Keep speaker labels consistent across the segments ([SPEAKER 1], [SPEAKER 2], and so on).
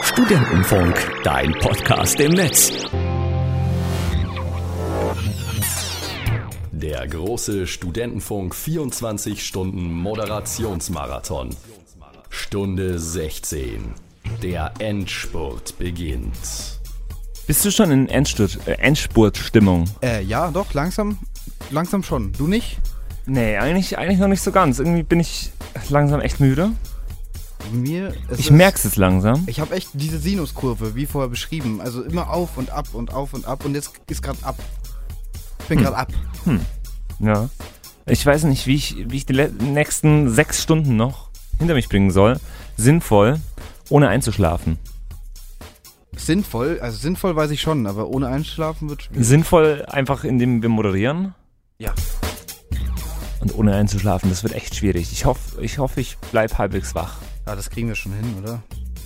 [SPEAKER 1] Studentenfunk, dein Podcast im Netz. Der große Studentenfunk 24 Stunden Moderationsmarathon. Stunde 16. Der Endspurt beginnt.
[SPEAKER 2] Bist du schon in Endspurt, äh, Endspurt-Stimmung?
[SPEAKER 3] Äh, ja, doch, langsam, langsam schon. Du nicht?
[SPEAKER 2] Nee, eigentlich, eigentlich noch nicht so ganz. Irgendwie bin ich langsam echt müde.
[SPEAKER 3] Mir ist
[SPEAKER 2] Ich
[SPEAKER 3] es-
[SPEAKER 2] merk's jetzt langsam.
[SPEAKER 3] Ich habe echt diese Sinuskurve, wie vorher beschrieben. Also immer auf und ab und auf und ab und jetzt ist gerade ab. Ich
[SPEAKER 2] Hm.
[SPEAKER 3] bin gerade ab.
[SPEAKER 2] Ja. Ich weiß nicht, wie ich, wie ich die le- nächsten sechs Stunden noch hinter mich bringen soll. Sinnvoll, ohne einzuschlafen.
[SPEAKER 3] Sinnvoll, also sinnvoll weiß ich schon, aber ohne Einschlafen wird schwierig.
[SPEAKER 2] Sinnvoll einfach, indem wir moderieren
[SPEAKER 3] Ja.
[SPEAKER 2] und ohne einzuschlafen. Das wird echt schwierig. Ich hoffe, ich, hoff, ich bleib halbwegs wach.
[SPEAKER 3] Ja, das kriegen wir schon hin, oder?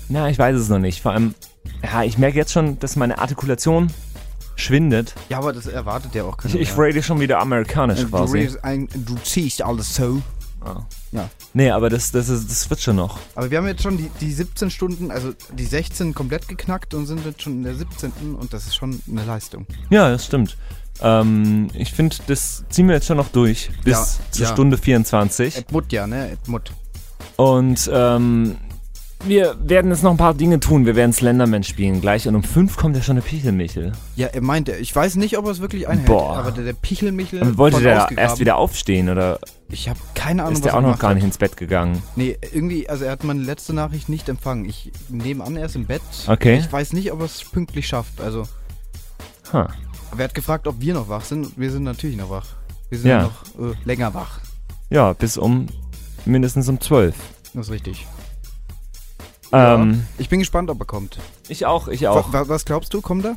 [SPEAKER 2] Na, ich weiß es noch nicht. Vor allem, ja, ich merke jetzt schon, dass meine Artikulation schwindet.
[SPEAKER 3] Ja, aber das erwartet ja auch keiner.
[SPEAKER 2] Ich, ich
[SPEAKER 3] ja.
[SPEAKER 2] rede schon wieder amerikanisch
[SPEAKER 3] Äh, du,
[SPEAKER 2] quasi.
[SPEAKER 3] redest ein, du ziehst alles so.
[SPEAKER 2] Nee, aber das, das, ist, das wird schon noch.
[SPEAKER 3] Aber wir haben jetzt schon die, die 17 Stunden, also die 16 komplett geknackt und sind jetzt schon in der 17. und das ist schon eine Leistung.
[SPEAKER 2] Ja, das stimmt. Ähm, ich finde, das ziehen wir jetzt schon noch durch bis
[SPEAKER 3] Ja,
[SPEAKER 2] zur
[SPEAKER 3] ja.
[SPEAKER 2] Stunde 24.
[SPEAKER 3] Edmund ja, ne? Edmund.
[SPEAKER 2] Und ähm, wir werden jetzt noch ein paar Dinge tun. Wir werden Slenderman spielen gleich und um 5 kommt ja schon der Pichelmichel.
[SPEAKER 3] Ja, er meinte, ich weiß nicht, ob er es wirklich einhält,
[SPEAKER 2] Boah.
[SPEAKER 3] aber der, der Pichelmichel
[SPEAKER 2] Und wollte
[SPEAKER 3] voll
[SPEAKER 2] der
[SPEAKER 3] Äh, ausgegraben.
[SPEAKER 2] erst wieder aufstehen oder
[SPEAKER 3] Ich habe keine Ahnung,
[SPEAKER 2] ist
[SPEAKER 3] was
[SPEAKER 2] der auch
[SPEAKER 3] er
[SPEAKER 2] noch
[SPEAKER 3] gemacht
[SPEAKER 2] gar
[SPEAKER 3] hat.
[SPEAKER 2] nicht ins Bett gegangen?
[SPEAKER 3] Nee, irgendwie, also er hat meine letzte Nachricht nicht empfangen. Ich nehme an, er ist im Bett.
[SPEAKER 2] Okay.
[SPEAKER 3] Ich weiß nicht, ob er es pünktlich schafft. Also,
[SPEAKER 2] Huh.
[SPEAKER 3] aber er hat gefragt, ob wir noch wach sind. Wir sind natürlich noch wach. Wir sind
[SPEAKER 2] Ja.
[SPEAKER 3] noch äh, länger wach.
[SPEAKER 2] Ja, bis um mindestens um 12.
[SPEAKER 3] Das ist richtig.
[SPEAKER 2] Ähm,
[SPEAKER 3] Ich bin gespannt, ob er kommt.
[SPEAKER 2] ich auch, ich
[SPEAKER 3] Wa-
[SPEAKER 2] auch.
[SPEAKER 3] wa- Was glaubst du, kommt er?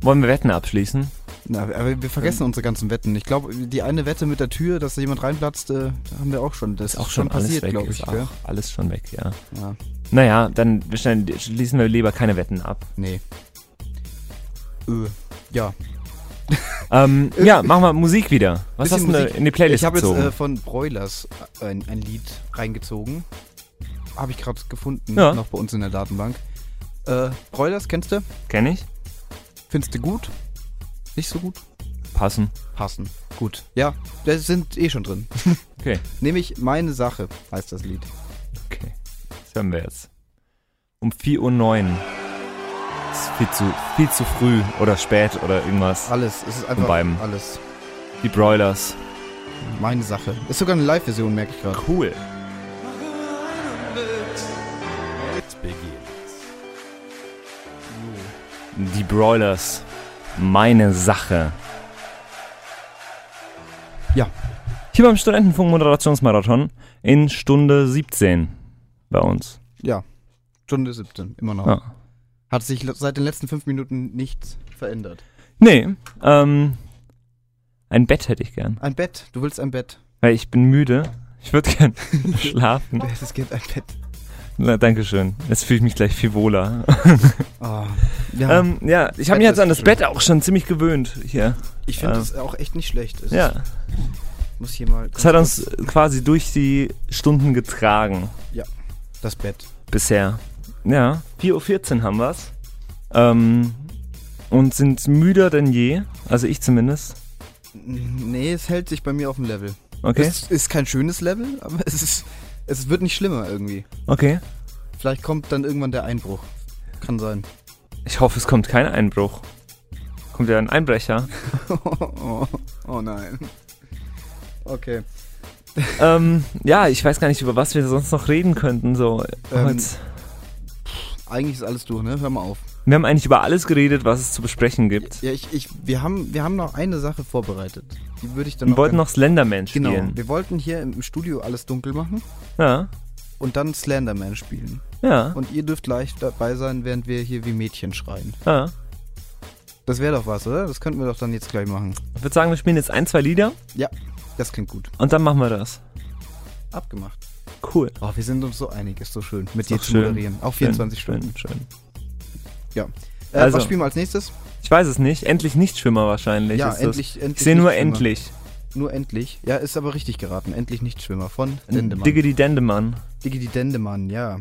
[SPEAKER 2] Wollen wir Wetten abschließen?
[SPEAKER 3] Na, aber wir
[SPEAKER 2] Ähm.
[SPEAKER 3] vergessen unsere ganzen Wetten. Ich glaube, die eine Wette mit der Tür, dass da jemand reinplatzt, äh, haben wir auch schon. Das ist,
[SPEAKER 2] Auch
[SPEAKER 3] schon,
[SPEAKER 2] schon alles
[SPEAKER 3] passiert,
[SPEAKER 2] weg.
[SPEAKER 3] glaube
[SPEAKER 2] ist
[SPEAKER 3] ich.
[SPEAKER 2] auch
[SPEAKER 3] gell?
[SPEAKER 2] alles schon weg, ja.
[SPEAKER 3] Ja.
[SPEAKER 2] Naja, dann schnell- schließen wir lieber keine Wetten ab.
[SPEAKER 3] Nee. Äh, ja.
[SPEAKER 2] Ähm, ja, machen wir Musik wieder. Was hast
[SPEAKER 3] Äh, Bisschen
[SPEAKER 2] du denn
[SPEAKER 3] Musik.
[SPEAKER 2] in die Playlist
[SPEAKER 3] Ich habe jetzt
[SPEAKER 2] gezogen?
[SPEAKER 3] äh, von Broilers äh, ein, ein Lied reingezogen. Habe ich gerade gefunden,
[SPEAKER 2] Ja.
[SPEAKER 3] noch bei uns in der Datenbank. Äh, Broilers, kennst du?
[SPEAKER 2] Kenn ich?
[SPEAKER 3] Findest du gut? Nicht so gut?
[SPEAKER 2] Passen.
[SPEAKER 3] Hassen. Gut. Ja, das sind eh schon drin.
[SPEAKER 2] Okay.
[SPEAKER 3] Nämlich Meine Sache heißt das Lied.
[SPEAKER 2] Okay. Das hören wir jetzt. Um 4.09 Uhr. Das ist viel zu, viel zu früh oder spät oder irgendwas.
[SPEAKER 3] Alles. Es ist einfach
[SPEAKER 2] beidem.
[SPEAKER 3] alles.
[SPEAKER 2] Die Broilers.
[SPEAKER 3] Meine Sache. Ist sogar eine Live-Version, merke ich gerade.
[SPEAKER 2] Cool.
[SPEAKER 1] Es beginnt.
[SPEAKER 2] Die Broilers. Meine Sache.
[SPEAKER 3] Ja.
[SPEAKER 2] Hier beim Studentenfunk Moderationsmarathon in Stunde 17 bei uns.
[SPEAKER 3] Ja. Stunde 17, immer noch.
[SPEAKER 2] Ja.
[SPEAKER 3] Hat sich le- seit den letzten fünf Minuten nichts verändert.
[SPEAKER 2] Nee, ähm, ein Bett hätte ich gern.
[SPEAKER 3] Ein Bett. Du willst ein Bett.
[SPEAKER 2] Weil ich bin müde. Ich würde gern schlafen.
[SPEAKER 3] Es gibt ein Bett.
[SPEAKER 2] Na, Dankeschön. Jetzt fühle ich mich gleich viel wohler.
[SPEAKER 3] Oh, ja,
[SPEAKER 2] Ähm, ja, ich habe
[SPEAKER 3] Bett
[SPEAKER 2] mich jetzt
[SPEAKER 3] ist
[SPEAKER 2] an das
[SPEAKER 3] schön.
[SPEAKER 2] Bett auch schon ziemlich gewöhnt hier.
[SPEAKER 3] ich finde
[SPEAKER 2] ähm,
[SPEAKER 3] es auch echt nicht schlecht. Es
[SPEAKER 2] Ja,
[SPEAKER 3] Muss hier mal.
[SPEAKER 2] das hat uns quasi durch die Stunden getragen
[SPEAKER 3] Das Bett.
[SPEAKER 2] bisher. Ja, 4.14 Uhr haben wir's. Ähm, und sind müder denn je. Also ich zumindest.
[SPEAKER 3] Nee, es hält sich bei mir auf dem Level.
[SPEAKER 2] Okay,
[SPEAKER 3] Es ist kein schönes Level, aber es ist. Es wird nicht schlimmer irgendwie.
[SPEAKER 2] okay.
[SPEAKER 3] Vielleicht kommt dann irgendwann der Einbruch. Kann sein.
[SPEAKER 2] Ich hoffe, es kommt kein Einbruch. Kommt ja ein Einbrecher.
[SPEAKER 3] oh, nein. Okay.
[SPEAKER 2] ähm, ja, ich weiß gar nicht, über was wir sonst noch reden könnten. So,
[SPEAKER 3] Ähm,
[SPEAKER 2] heute.
[SPEAKER 3] Eigentlich ist alles durch, ne? Hör mal auf.
[SPEAKER 2] Wir haben eigentlich über alles geredet, was es zu besprechen gibt.
[SPEAKER 3] Ja, ich, ich, wir, haben, wir haben noch eine Sache vorbereitet. Die würde ich dann
[SPEAKER 2] Wir wollten
[SPEAKER 3] noch.
[SPEAKER 2] noch Slenderman
[SPEAKER 3] Genau.
[SPEAKER 2] spielen.
[SPEAKER 3] Wir wollten hier im Studio alles dunkel machen
[SPEAKER 2] Ja,
[SPEAKER 3] und dann Slenderman spielen.
[SPEAKER 2] ja,
[SPEAKER 3] Und ihr dürft leicht dabei sein, während wir hier wie Mädchen schreien.
[SPEAKER 2] ja.
[SPEAKER 3] Das wäre doch was, oder? Das könnten wir doch dann jetzt gleich machen.
[SPEAKER 2] Ich würde sagen, wir spielen jetzt ein, zwei Lieder
[SPEAKER 3] Ja, das klingt gut.
[SPEAKER 2] und dann machen wir das.
[SPEAKER 3] Abgemacht.
[SPEAKER 2] Cool.
[SPEAKER 3] Oh, wir sind uns so einig, ist so schön. Mit dir
[SPEAKER 2] doch
[SPEAKER 3] zu
[SPEAKER 2] schön.
[SPEAKER 3] moderieren. Auch 24
[SPEAKER 2] schön,
[SPEAKER 3] Stunden.
[SPEAKER 2] Schön, schön.
[SPEAKER 3] Ja. Äh,
[SPEAKER 2] Also.
[SPEAKER 3] Was spielen wir als nächstes?
[SPEAKER 2] Ich weiß es nicht. Endlich nicht Schwimmer wahrscheinlich.
[SPEAKER 3] ja,
[SPEAKER 2] ist
[SPEAKER 3] endlich,
[SPEAKER 2] Das.
[SPEAKER 3] endlich.
[SPEAKER 2] Ich sehe nur
[SPEAKER 3] Nichtschwimmer.
[SPEAKER 2] endlich.
[SPEAKER 3] Nur endlich. Ja, ist aber richtig geraten. Endlich Nichtschwimmer von Dendemann.
[SPEAKER 2] Diggity Dendemann.
[SPEAKER 3] Diggi die Dendemann, ja.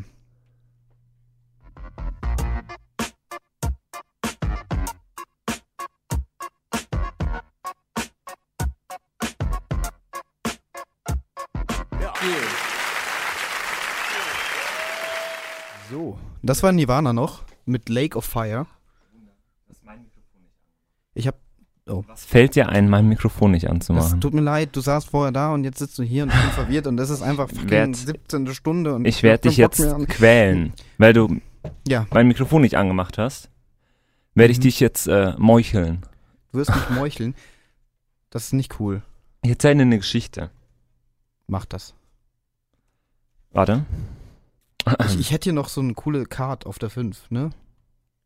[SPEAKER 3] So, das war Nirvana noch mit Lake of Fire. Ich hab. Oh.
[SPEAKER 2] Es fällt dir ein, mein Mikrofon nicht
[SPEAKER 3] Es
[SPEAKER 2] anzumachen.
[SPEAKER 3] tut mir leid, du saßt vorher da und jetzt sitzt du hier und ich bin verwirrt und das ist einfach fucking
[SPEAKER 2] werd-
[SPEAKER 3] 17. Stunde und
[SPEAKER 2] Ich werde
[SPEAKER 3] hab
[SPEAKER 2] dich
[SPEAKER 3] keinen Bock
[SPEAKER 2] jetzt
[SPEAKER 3] mehr an-
[SPEAKER 2] quälen, weil du
[SPEAKER 3] Ja,
[SPEAKER 2] mein Mikrofon nicht angemacht hast. Werde ich
[SPEAKER 3] Mhm.
[SPEAKER 2] dich jetzt äh, meucheln.
[SPEAKER 3] du wirst mich meucheln. Das ist nicht cool.
[SPEAKER 2] Ich erzähle dir eine Geschichte.
[SPEAKER 3] Mach das.
[SPEAKER 2] Warte.
[SPEAKER 3] Ich, ich hätte hier noch so eine coole Card auf der 5, ne?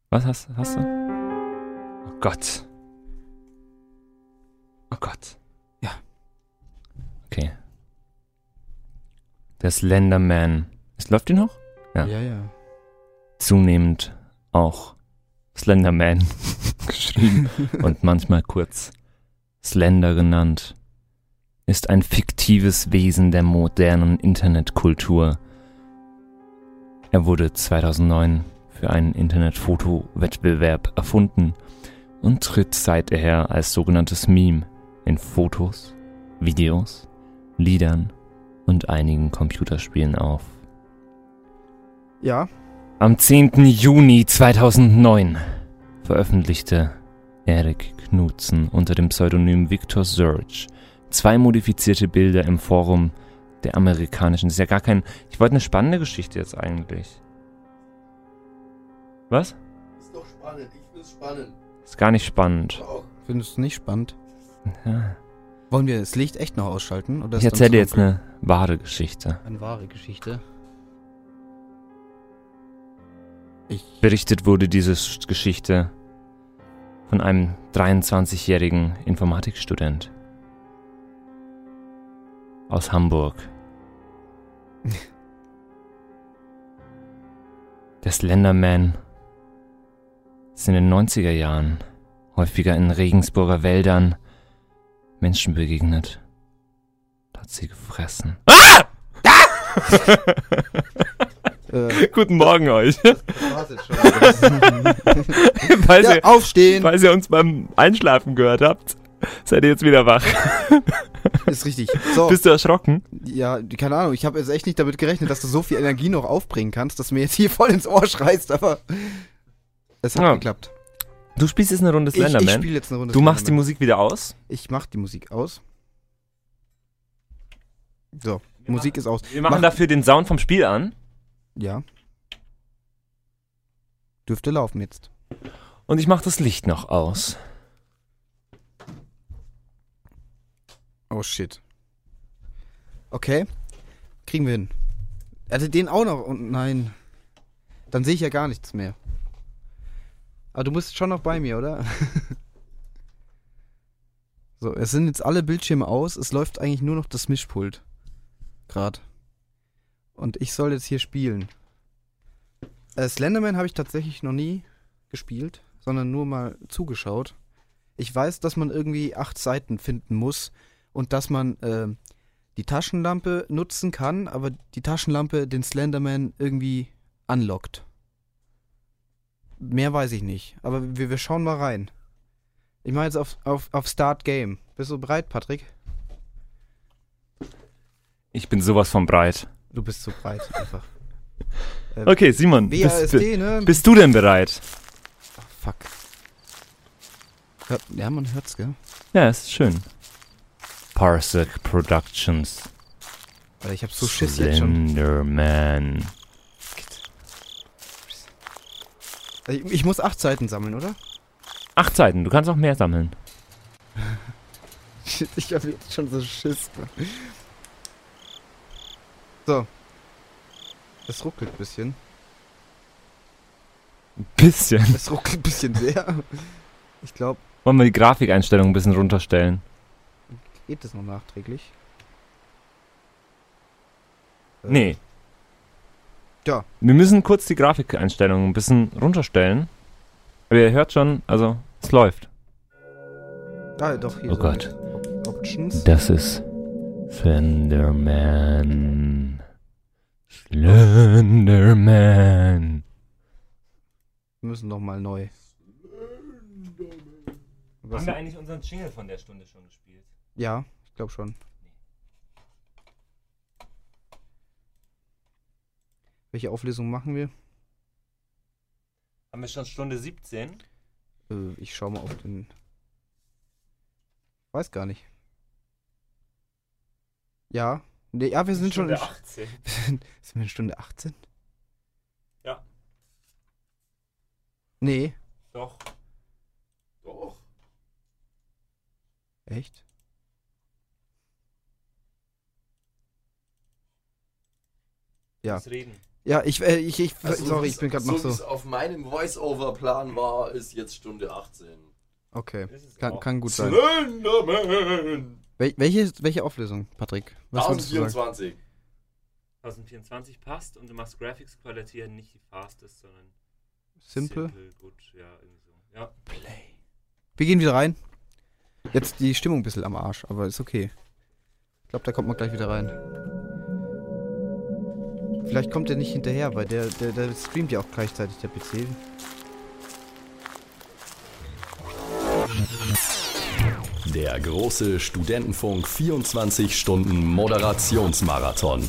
[SPEAKER 2] Was hast, hast du? Oh Gott. Oh Gott.
[SPEAKER 3] Ja.
[SPEAKER 2] Okay. Der Slenderman. Es läuft die noch? Ja.
[SPEAKER 3] ja. ja.
[SPEAKER 2] Zunehmend auch Slenderman geschrieben und manchmal kurz Slender genannt. Ist ein fiktives Wesen der modernen Internetkultur. Er wurde 2009 für einen Internetfotowettbewerb erfunden und tritt seither als sogenanntes Meme in Fotos, Videos, Liedern und einigen Computerspielen auf.
[SPEAKER 3] Ja,
[SPEAKER 2] Am 10. Juni 2009 veröffentlichte Erik Knutzen unter dem Pseudonym Victor Surge zwei modifizierte Bilder im Forum der amerikanischen. Das ist ja gar kein. Ich wollte eine spannende Geschichte jetzt eigentlich. Was?
[SPEAKER 1] Ist doch spannend, ich find's spannend.
[SPEAKER 2] Ist gar nicht spannend.
[SPEAKER 3] findest du nicht spannend?
[SPEAKER 2] Ja.
[SPEAKER 3] Wollen wir das Licht echt noch ausschalten? Oder
[SPEAKER 2] Ich
[SPEAKER 3] ist dann
[SPEAKER 2] erzähle dir jetzt
[SPEAKER 3] so
[SPEAKER 2] eine wahre Geschichte.
[SPEAKER 3] Eine wahre Geschichte. Ich.
[SPEAKER 2] Berichtet wurde diese Sch- Geschichte von einem 23-jährigen Informatikstudent aus Hamburg. Der Slenderman ist in den 90er Jahren häufiger in Regensburger Wäldern Menschen begegnet. Hat sie gefressen.
[SPEAKER 3] Äh,
[SPEAKER 2] Guten Morgen euch.
[SPEAKER 3] wartet schon. ja,
[SPEAKER 2] Weil sie-
[SPEAKER 3] aufstehen!
[SPEAKER 2] Falls ihr uns beim Einschlafen gehört habt, seid ihr jetzt wieder wach.
[SPEAKER 3] Ist richtig. So,
[SPEAKER 2] Bist du erschrocken?
[SPEAKER 3] ja, keine Ahnung, ich habe jetzt echt nicht damit gerechnet, dass du so viel Energie noch aufbringen kannst, dass du mir jetzt hier voll ins Ohr schreist, aber. Es hat
[SPEAKER 2] Ja,
[SPEAKER 3] geklappt.
[SPEAKER 2] Du spielst jetzt eine Runde
[SPEAKER 3] Ich, ich
[SPEAKER 2] Slenderman.
[SPEAKER 3] spiele jetzt eine Runde.
[SPEAKER 2] du machst die
[SPEAKER 3] Slenderman.
[SPEAKER 2] Musik wieder aus.
[SPEAKER 3] Ich mach die Musik aus. So, Musik ist aus.
[SPEAKER 2] Wir machen
[SPEAKER 3] Mach-
[SPEAKER 2] dafür den Sound vom Spiel an.
[SPEAKER 3] Ja. Dürfte laufen jetzt.
[SPEAKER 2] Und ich mache das Licht noch aus.
[SPEAKER 3] Oh shit. Okay. Kriegen wir hin. Also den auch noch und nein. Dann sehe ich ja gar nichts mehr. Aber du bist schon noch bei mir, oder? so, es sind jetzt alle Bildschirme aus. Es läuft eigentlich nur noch das Mischpult. Grad. Und ich soll jetzt hier spielen. Äh, Slenderman habe ich tatsächlich noch nie gespielt, sondern nur mal zugeschaut. Ich weiß, dass man irgendwie acht Seiten finden muss, und dass man ähm, die Taschenlampe nutzen kann, aber die Taschenlampe den Slenderman irgendwie anlockt. Mehr weiß ich nicht, aber wir, wir schauen mal rein. Ich mache jetzt auf, auf, auf Start Game. Bist du bereit, Patrick?
[SPEAKER 2] Ich bin sowas von breit.
[SPEAKER 3] Du bist so breit einfach.
[SPEAKER 2] Okay, Simon, bist,
[SPEAKER 3] WASD, ne?
[SPEAKER 2] bist du denn bereit?
[SPEAKER 3] Fuck. Hör, ja, man hört's, gell?
[SPEAKER 2] Ja, ist schön. Parsec Productions.
[SPEAKER 3] Alter, ich hab so Schiss jetzt schon.
[SPEAKER 2] Slenderman.
[SPEAKER 3] Also ich, ich muss acht Seiten sammeln, oder?
[SPEAKER 2] Acht Seiten, du kannst auch mehr sammeln.
[SPEAKER 3] Shit, ich hab jetzt schon so Schiss. Mann. So. Es ruckelt ein bisschen.
[SPEAKER 2] Bisschen.
[SPEAKER 3] Es ruckelt ein bisschen sehr. Ich glaube,
[SPEAKER 2] Wollen wir die Grafikeinstellung ein bisschen runterstellen?
[SPEAKER 3] geht es noch nachträglich. Äh,
[SPEAKER 2] Nee.
[SPEAKER 3] Tja.
[SPEAKER 2] Wir müssen kurz die Grafikeinstellungen ein bisschen runterstellen. Aber ihr hört schon, also es läuft.
[SPEAKER 3] Da, Äh, ah, doch, hier.
[SPEAKER 2] Oh
[SPEAKER 3] so
[SPEAKER 2] Gott.
[SPEAKER 3] mit Options.
[SPEAKER 2] Das ist Slenderman. Slenderman.
[SPEAKER 3] Wir müssen nochmal neu. Was?
[SPEAKER 2] Haben wir eigentlich unseren Jingle von der Stunde schon gespielt?
[SPEAKER 3] Ja, ich glaube schon. Welche Auflösung machen wir?
[SPEAKER 2] Haben wir schon Stunde 17?
[SPEAKER 3] Äh, ich schau mal auf den. Weiß gar nicht. Ja. Nee, ja, wir sind
[SPEAKER 2] Stunde
[SPEAKER 3] schon. In,
[SPEAKER 2] 18.
[SPEAKER 3] sind wir in Stunde 18?
[SPEAKER 2] Ja.
[SPEAKER 3] Nee,
[SPEAKER 2] Doch.
[SPEAKER 1] Doch.
[SPEAKER 3] echt? Ja.
[SPEAKER 2] Das Reden.
[SPEAKER 3] Ja, ich, äh, ich, ich
[SPEAKER 1] Also,
[SPEAKER 3] sorry, ich
[SPEAKER 1] wie's-
[SPEAKER 3] bin gerade noch
[SPEAKER 1] so.
[SPEAKER 3] so.
[SPEAKER 1] wie's auf meinem Voice-Over-Plan war, ist jetzt Stunde 18.
[SPEAKER 3] Okay,
[SPEAKER 2] Ist es
[SPEAKER 3] kann,
[SPEAKER 2] auch.
[SPEAKER 3] kann gut sein.
[SPEAKER 1] Slenderman!
[SPEAKER 3] Wel welche, welche Auflösung, Patrick? Was würdest du sagen?
[SPEAKER 1] 1024.
[SPEAKER 2] 1024 passt und du machst Graphics Quality halt nicht die fastest, sondern
[SPEAKER 3] Simple.
[SPEAKER 2] gut, ja, irgendwie so. Ja.
[SPEAKER 3] Play. Wir gehen wieder rein. Jetzt die Stimmung ein bisschen am Arsch, aber ist okay. Ich glaube, da kommt man gleich wieder rein. Vielleicht kommt er nicht hinterher, weil der, der, der streamt ja auch gleichzeitig, der PC.
[SPEAKER 4] Der große Studentenfunk 24 Stunden Moderationsmarathon.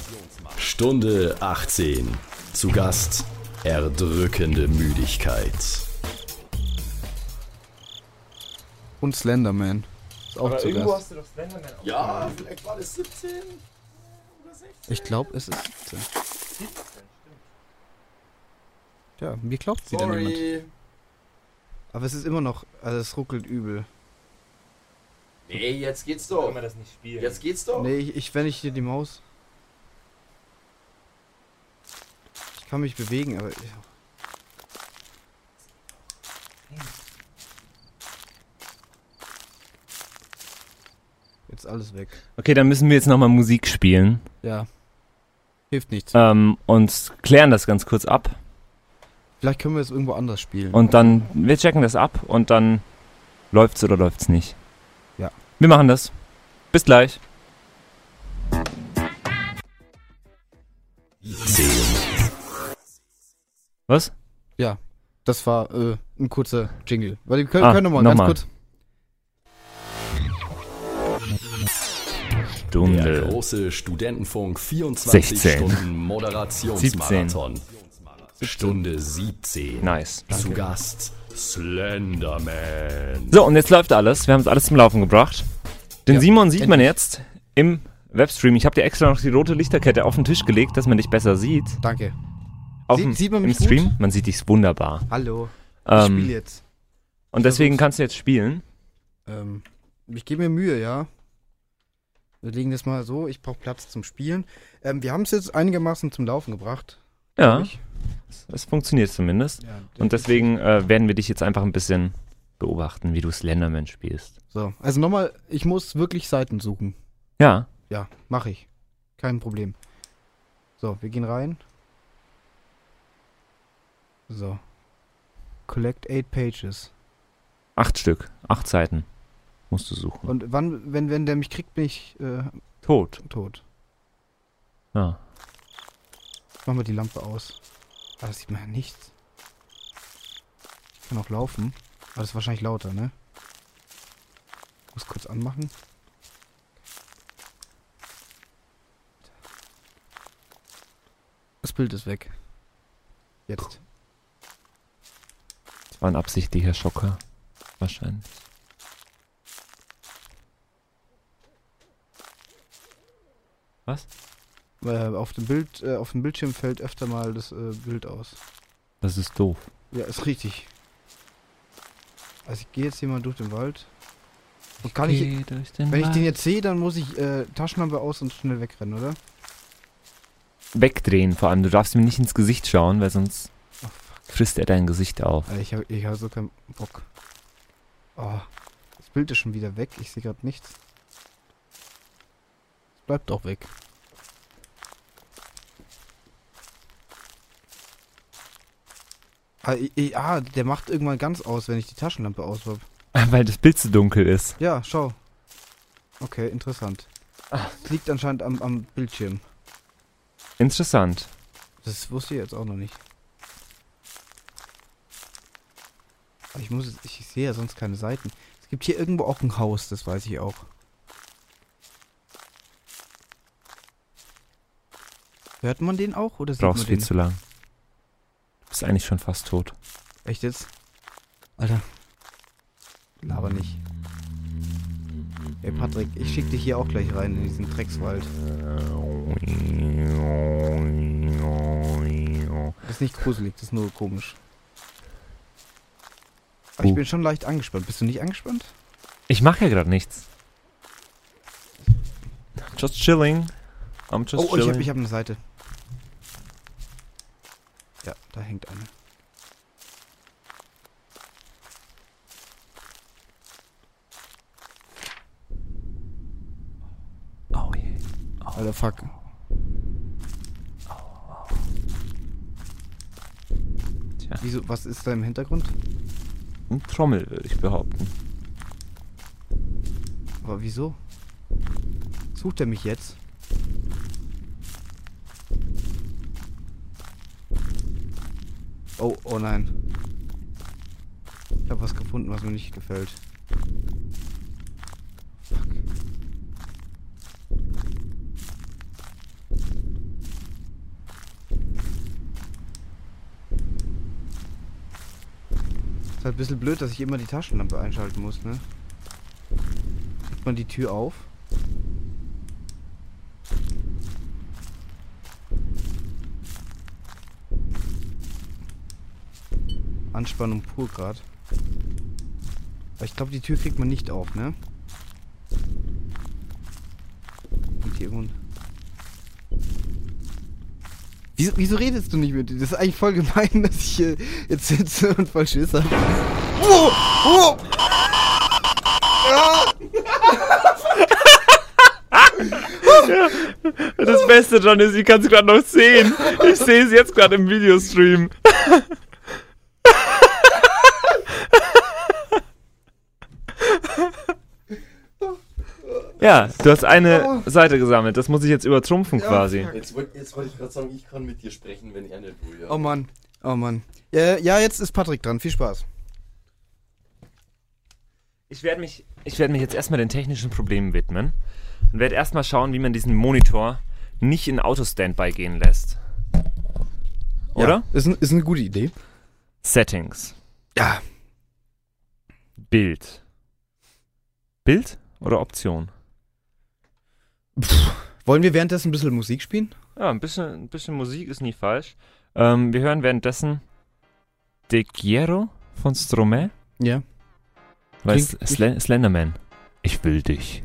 [SPEAKER 4] Stunde 18. Zu Gast erdrückende Müdigkeit.
[SPEAKER 3] Und Slenderman. Ist auch zu Gast.
[SPEAKER 2] du doch Slenderman auch.
[SPEAKER 1] Ja, vielleicht war das 17 oder 16.
[SPEAKER 3] Ich glaube, es ist 17. Ja, mir glaubt wieder niemand.
[SPEAKER 1] Sorry.
[SPEAKER 3] Aber es ist immer noch, also es ruckelt übel.
[SPEAKER 1] Nee, jetzt geht's
[SPEAKER 2] Kann
[SPEAKER 1] doch.
[SPEAKER 2] man das nicht spielen.
[SPEAKER 1] Jetzt geht's doch.
[SPEAKER 3] Nee, ich, ich wenn ich hier die Maus. Ich kann mich bewegen, aber. Jetzt alles weg.
[SPEAKER 2] Okay, dann müssen wir jetzt nochmal Musik spielen
[SPEAKER 3] Ja. Hilft nichts.
[SPEAKER 2] ähm, und klären das ganz kurz ab.
[SPEAKER 3] Vielleicht können wir es irgendwo anders spielen.
[SPEAKER 2] Und dann, wir checken das ab und dann läuft's oder läuft's nicht.
[SPEAKER 3] Ja.
[SPEAKER 2] Wir machen das. Bis gleich.
[SPEAKER 4] 10,
[SPEAKER 2] Was?
[SPEAKER 3] Das war äh, ein kurzer Jingle. Weil wir können,
[SPEAKER 2] Ah,
[SPEAKER 3] können nochmal
[SPEAKER 2] noch
[SPEAKER 3] ganz
[SPEAKER 2] mal.
[SPEAKER 3] kurz.
[SPEAKER 4] der
[SPEAKER 2] Stunde.
[SPEAKER 4] große Studentenfunk 24
[SPEAKER 2] 16.
[SPEAKER 4] Stunden Moderationsmarathon. Stunde 17.
[SPEAKER 2] Nice.
[SPEAKER 4] Zu Gast Slenderman.
[SPEAKER 2] So, und jetzt läuft alles. Wir haben es alles zum Laufen gebracht. Den Simon sieht man
[SPEAKER 3] endlich.
[SPEAKER 2] jetzt im Webstream. Ich habe dir extra noch die rote Lichterkette auf den Tisch gelegt, dass man dich besser sieht.
[SPEAKER 3] Danke.
[SPEAKER 2] Auf
[SPEAKER 3] Sieht-
[SPEAKER 2] dem,
[SPEAKER 3] sieht man
[SPEAKER 2] im
[SPEAKER 3] mich gut?
[SPEAKER 2] Stream. Man sieht dich wunderbar.
[SPEAKER 3] Hallo. ich
[SPEAKER 2] Ähm,
[SPEAKER 3] spiele jetzt.
[SPEAKER 2] und deswegen kannst du jetzt spielen.
[SPEAKER 3] Ähm, ich gebe mir Mühe, ja. Wir legen das mal so, ich brauche Platz zum Spielen. Ähm, wir haben es jetzt einigermaßen zum Laufen gebracht. glaub
[SPEAKER 2] Ja,
[SPEAKER 3] ich.
[SPEAKER 2] es- es funktioniert zumindest.
[SPEAKER 3] ja
[SPEAKER 2] Und deswegen äh, werden wir dich jetzt einfach ein bisschen beobachten, wie du Slenderman spielst.
[SPEAKER 3] So, also nochmal, ich muss wirklich Seiten suchen.
[SPEAKER 2] Ja,
[SPEAKER 3] Ja, mache ich. Kein Problem. So, wir gehen rein. So. Collect eight pages.
[SPEAKER 2] acht Stück, acht Seiten musst du suchen.
[SPEAKER 3] Und wann, wenn, wenn der mich kriegt, bin ich äh,
[SPEAKER 2] Tot.
[SPEAKER 3] tot.
[SPEAKER 2] Ja.
[SPEAKER 3] Machen wir die Lampe aus. Ah, das sieht man ja nichts. Ich kann auch laufen. Aber das ist wahrscheinlich lauter, ne? Muss kurz anmachen. Das Bild ist weg. Jetzt.
[SPEAKER 2] Das war ein absichtlicher Schocker. Wahrscheinlich. Was?
[SPEAKER 3] Äh, auf, dem Bild, äh, auf dem Bildschirm fällt öfter mal das äh, Bild aus.
[SPEAKER 2] Das ist doof.
[SPEAKER 3] Ja, ist richtig. Also ich gehe jetzt hier mal durch den Wald. Und kann ich,
[SPEAKER 2] Geh durch den
[SPEAKER 3] wenn ich
[SPEAKER 2] Wald.
[SPEAKER 3] den jetzt sehe, dann muss ich äh, Taschenlampe aus und schnell wegrennen, oder?
[SPEAKER 2] Wegdrehen vor allem. Du darfst ihm nicht ins Gesicht schauen, weil sonst
[SPEAKER 3] Oh, fuck.
[SPEAKER 2] frisst er dein Gesicht auf.
[SPEAKER 3] Alter, ich habe ich hab so keinen Bock. Oh, das Bild ist schon wieder weg. Ich sehe gerade nichts. Es bleibt auch weg. Ah, i- i- ah, der macht irgendwann ganz aus, wenn ich die Taschenlampe aus hab.
[SPEAKER 2] Weil das Bild zu dunkel ist.
[SPEAKER 3] Ja, schau. Okay, interessant. Es liegt anscheinend am, am Bildschirm.
[SPEAKER 2] Interessant.
[SPEAKER 3] Das wusste ich jetzt auch noch nicht. Aber Ich muss, jetzt- ich sehe ja sonst keine Seiten. Es gibt hier irgendwo auch ein Haus, das weiß ich auch. Hört man den auch oder sieht
[SPEAKER 2] Brauchst
[SPEAKER 3] man
[SPEAKER 2] viel
[SPEAKER 3] den?
[SPEAKER 2] zu lang. Du bist eigentlich schon fast tot.
[SPEAKER 3] Echt jetzt? Alter. Laber nicht. Ey Patrick, ich schick dich hier auch gleich rein in diesen Dreckswald. Das ist nicht gruselig, das ist nur komisch. Aber ich bin schon leicht angespannt. Bist du nicht angespannt?
[SPEAKER 2] Ich mache ja gerade nichts. Just chilling. I'm just
[SPEAKER 3] oh, ich
[SPEAKER 2] chilling.
[SPEAKER 3] hab, ich hab eine Seite. Ja, da hängt eine.
[SPEAKER 2] oh, yeah.
[SPEAKER 3] Alter, fuck.
[SPEAKER 2] Tja.
[SPEAKER 3] Wieso, was ist da im Hintergrund?
[SPEAKER 2] Ein Trommel, würde ich behaupten.
[SPEAKER 3] Aber wieso? Sucht er mich jetzt? Oh, oh nein. Ich habe was gefunden, was mir nicht gefällt. Fuck. Ist halt ein bisschen blöd, dass ich immer die Taschenlampe einschalten muss, ne? Macht man die Tür auf? Anspannung pur grad. Aber ich glaube, die Tür kriegt man nicht auf, ne? Und hier irgendwo. ein- Wieso, wieso redest du nicht mit dir? Das ist eigentlich voll gemein, dass ich hier jetzt sitze und voll Schiss hab. Oh, oh.
[SPEAKER 2] Das Beste, John, ist, ich kann es gerade noch sehen. Ich sehe es jetzt gerade im Videostream. Ja, du hast eine Seite gesammelt. Das muss ich jetzt übertrumpfen quasi.
[SPEAKER 1] Jetzt wollte jetzt wollt ich gerade sagen, ich kann mit dir sprechen, wenn er nicht will. Ja.
[SPEAKER 3] Oh Mann, oh Mann. Ja, ja, jetzt ist Patrick dran. Viel Spaß.
[SPEAKER 2] Ich werde mich, ich werd mich jetzt erstmal den technischen Problemen widmen und werde erstmal schauen, wie man diesen Monitor nicht in Auto-Standby gehen lässt. Oder?
[SPEAKER 3] Ja, ist, ein- ist eine gute Idee.
[SPEAKER 2] Settings.
[SPEAKER 3] Ja.
[SPEAKER 2] Bild. Bild oder Option?
[SPEAKER 3] Wollen wir währenddessen ein bisschen Musik spielen?
[SPEAKER 2] Ja, ein bisschen, ein bisschen Musik ist nie falsch. Ähm, wir hören währenddessen De Quiero von Stromae.
[SPEAKER 3] Ja.
[SPEAKER 2] Weil
[SPEAKER 3] Klingt-
[SPEAKER 2] Sl Slenderman. Ich will dich.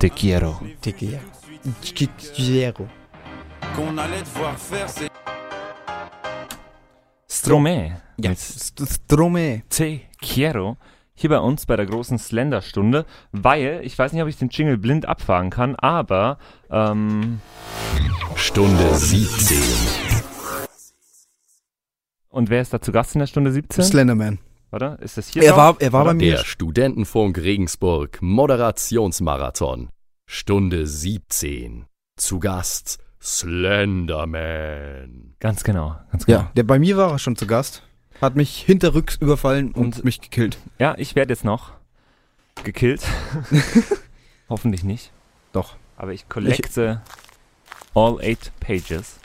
[SPEAKER 2] De Quiero.
[SPEAKER 3] Tequila. Zero.
[SPEAKER 5] qu'on allait devoir faire, c'est
[SPEAKER 2] Stromae.
[SPEAKER 3] Ja.
[SPEAKER 2] Mit
[SPEAKER 3] Strome.
[SPEAKER 2] Te Quiero hier bei uns bei der großen Slender-Stunde, weil ich weiß nicht, ob ich den Jingle blind abfahren kann, aber ähm,
[SPEAKER 4] Stunde 17.
[SPEAKER 2] und wer ist da zu Gast in der Stunde 17?
[SPEAKER 3] Slenderman.
[SPEAKER 2] Warte, ist das hier?
[SPEAKER 3] Er
[SPEAKER 2] drauf?
[SPEAKER 3] war, er war bei mir.
[SPEAKER 4] Der Studentenfunk Regensburg Moderationsmarathon. Stunde 17. Zu Gast Slenderman.
[SPEAKER 2] ganz genau, ganz genau.
[SPEAKER 3] Ja, der bei mir war er schon zu Gast. Hat mich hinterrücks überfallen und, mich gekillt.
[SPEAKER 2] Ja, ich werde jetzt noch gekillt. Hoffentlich nicht.
[SPEAKER 3] Doch.
[SPEAKER 2] Aber ich collecte all eight pages.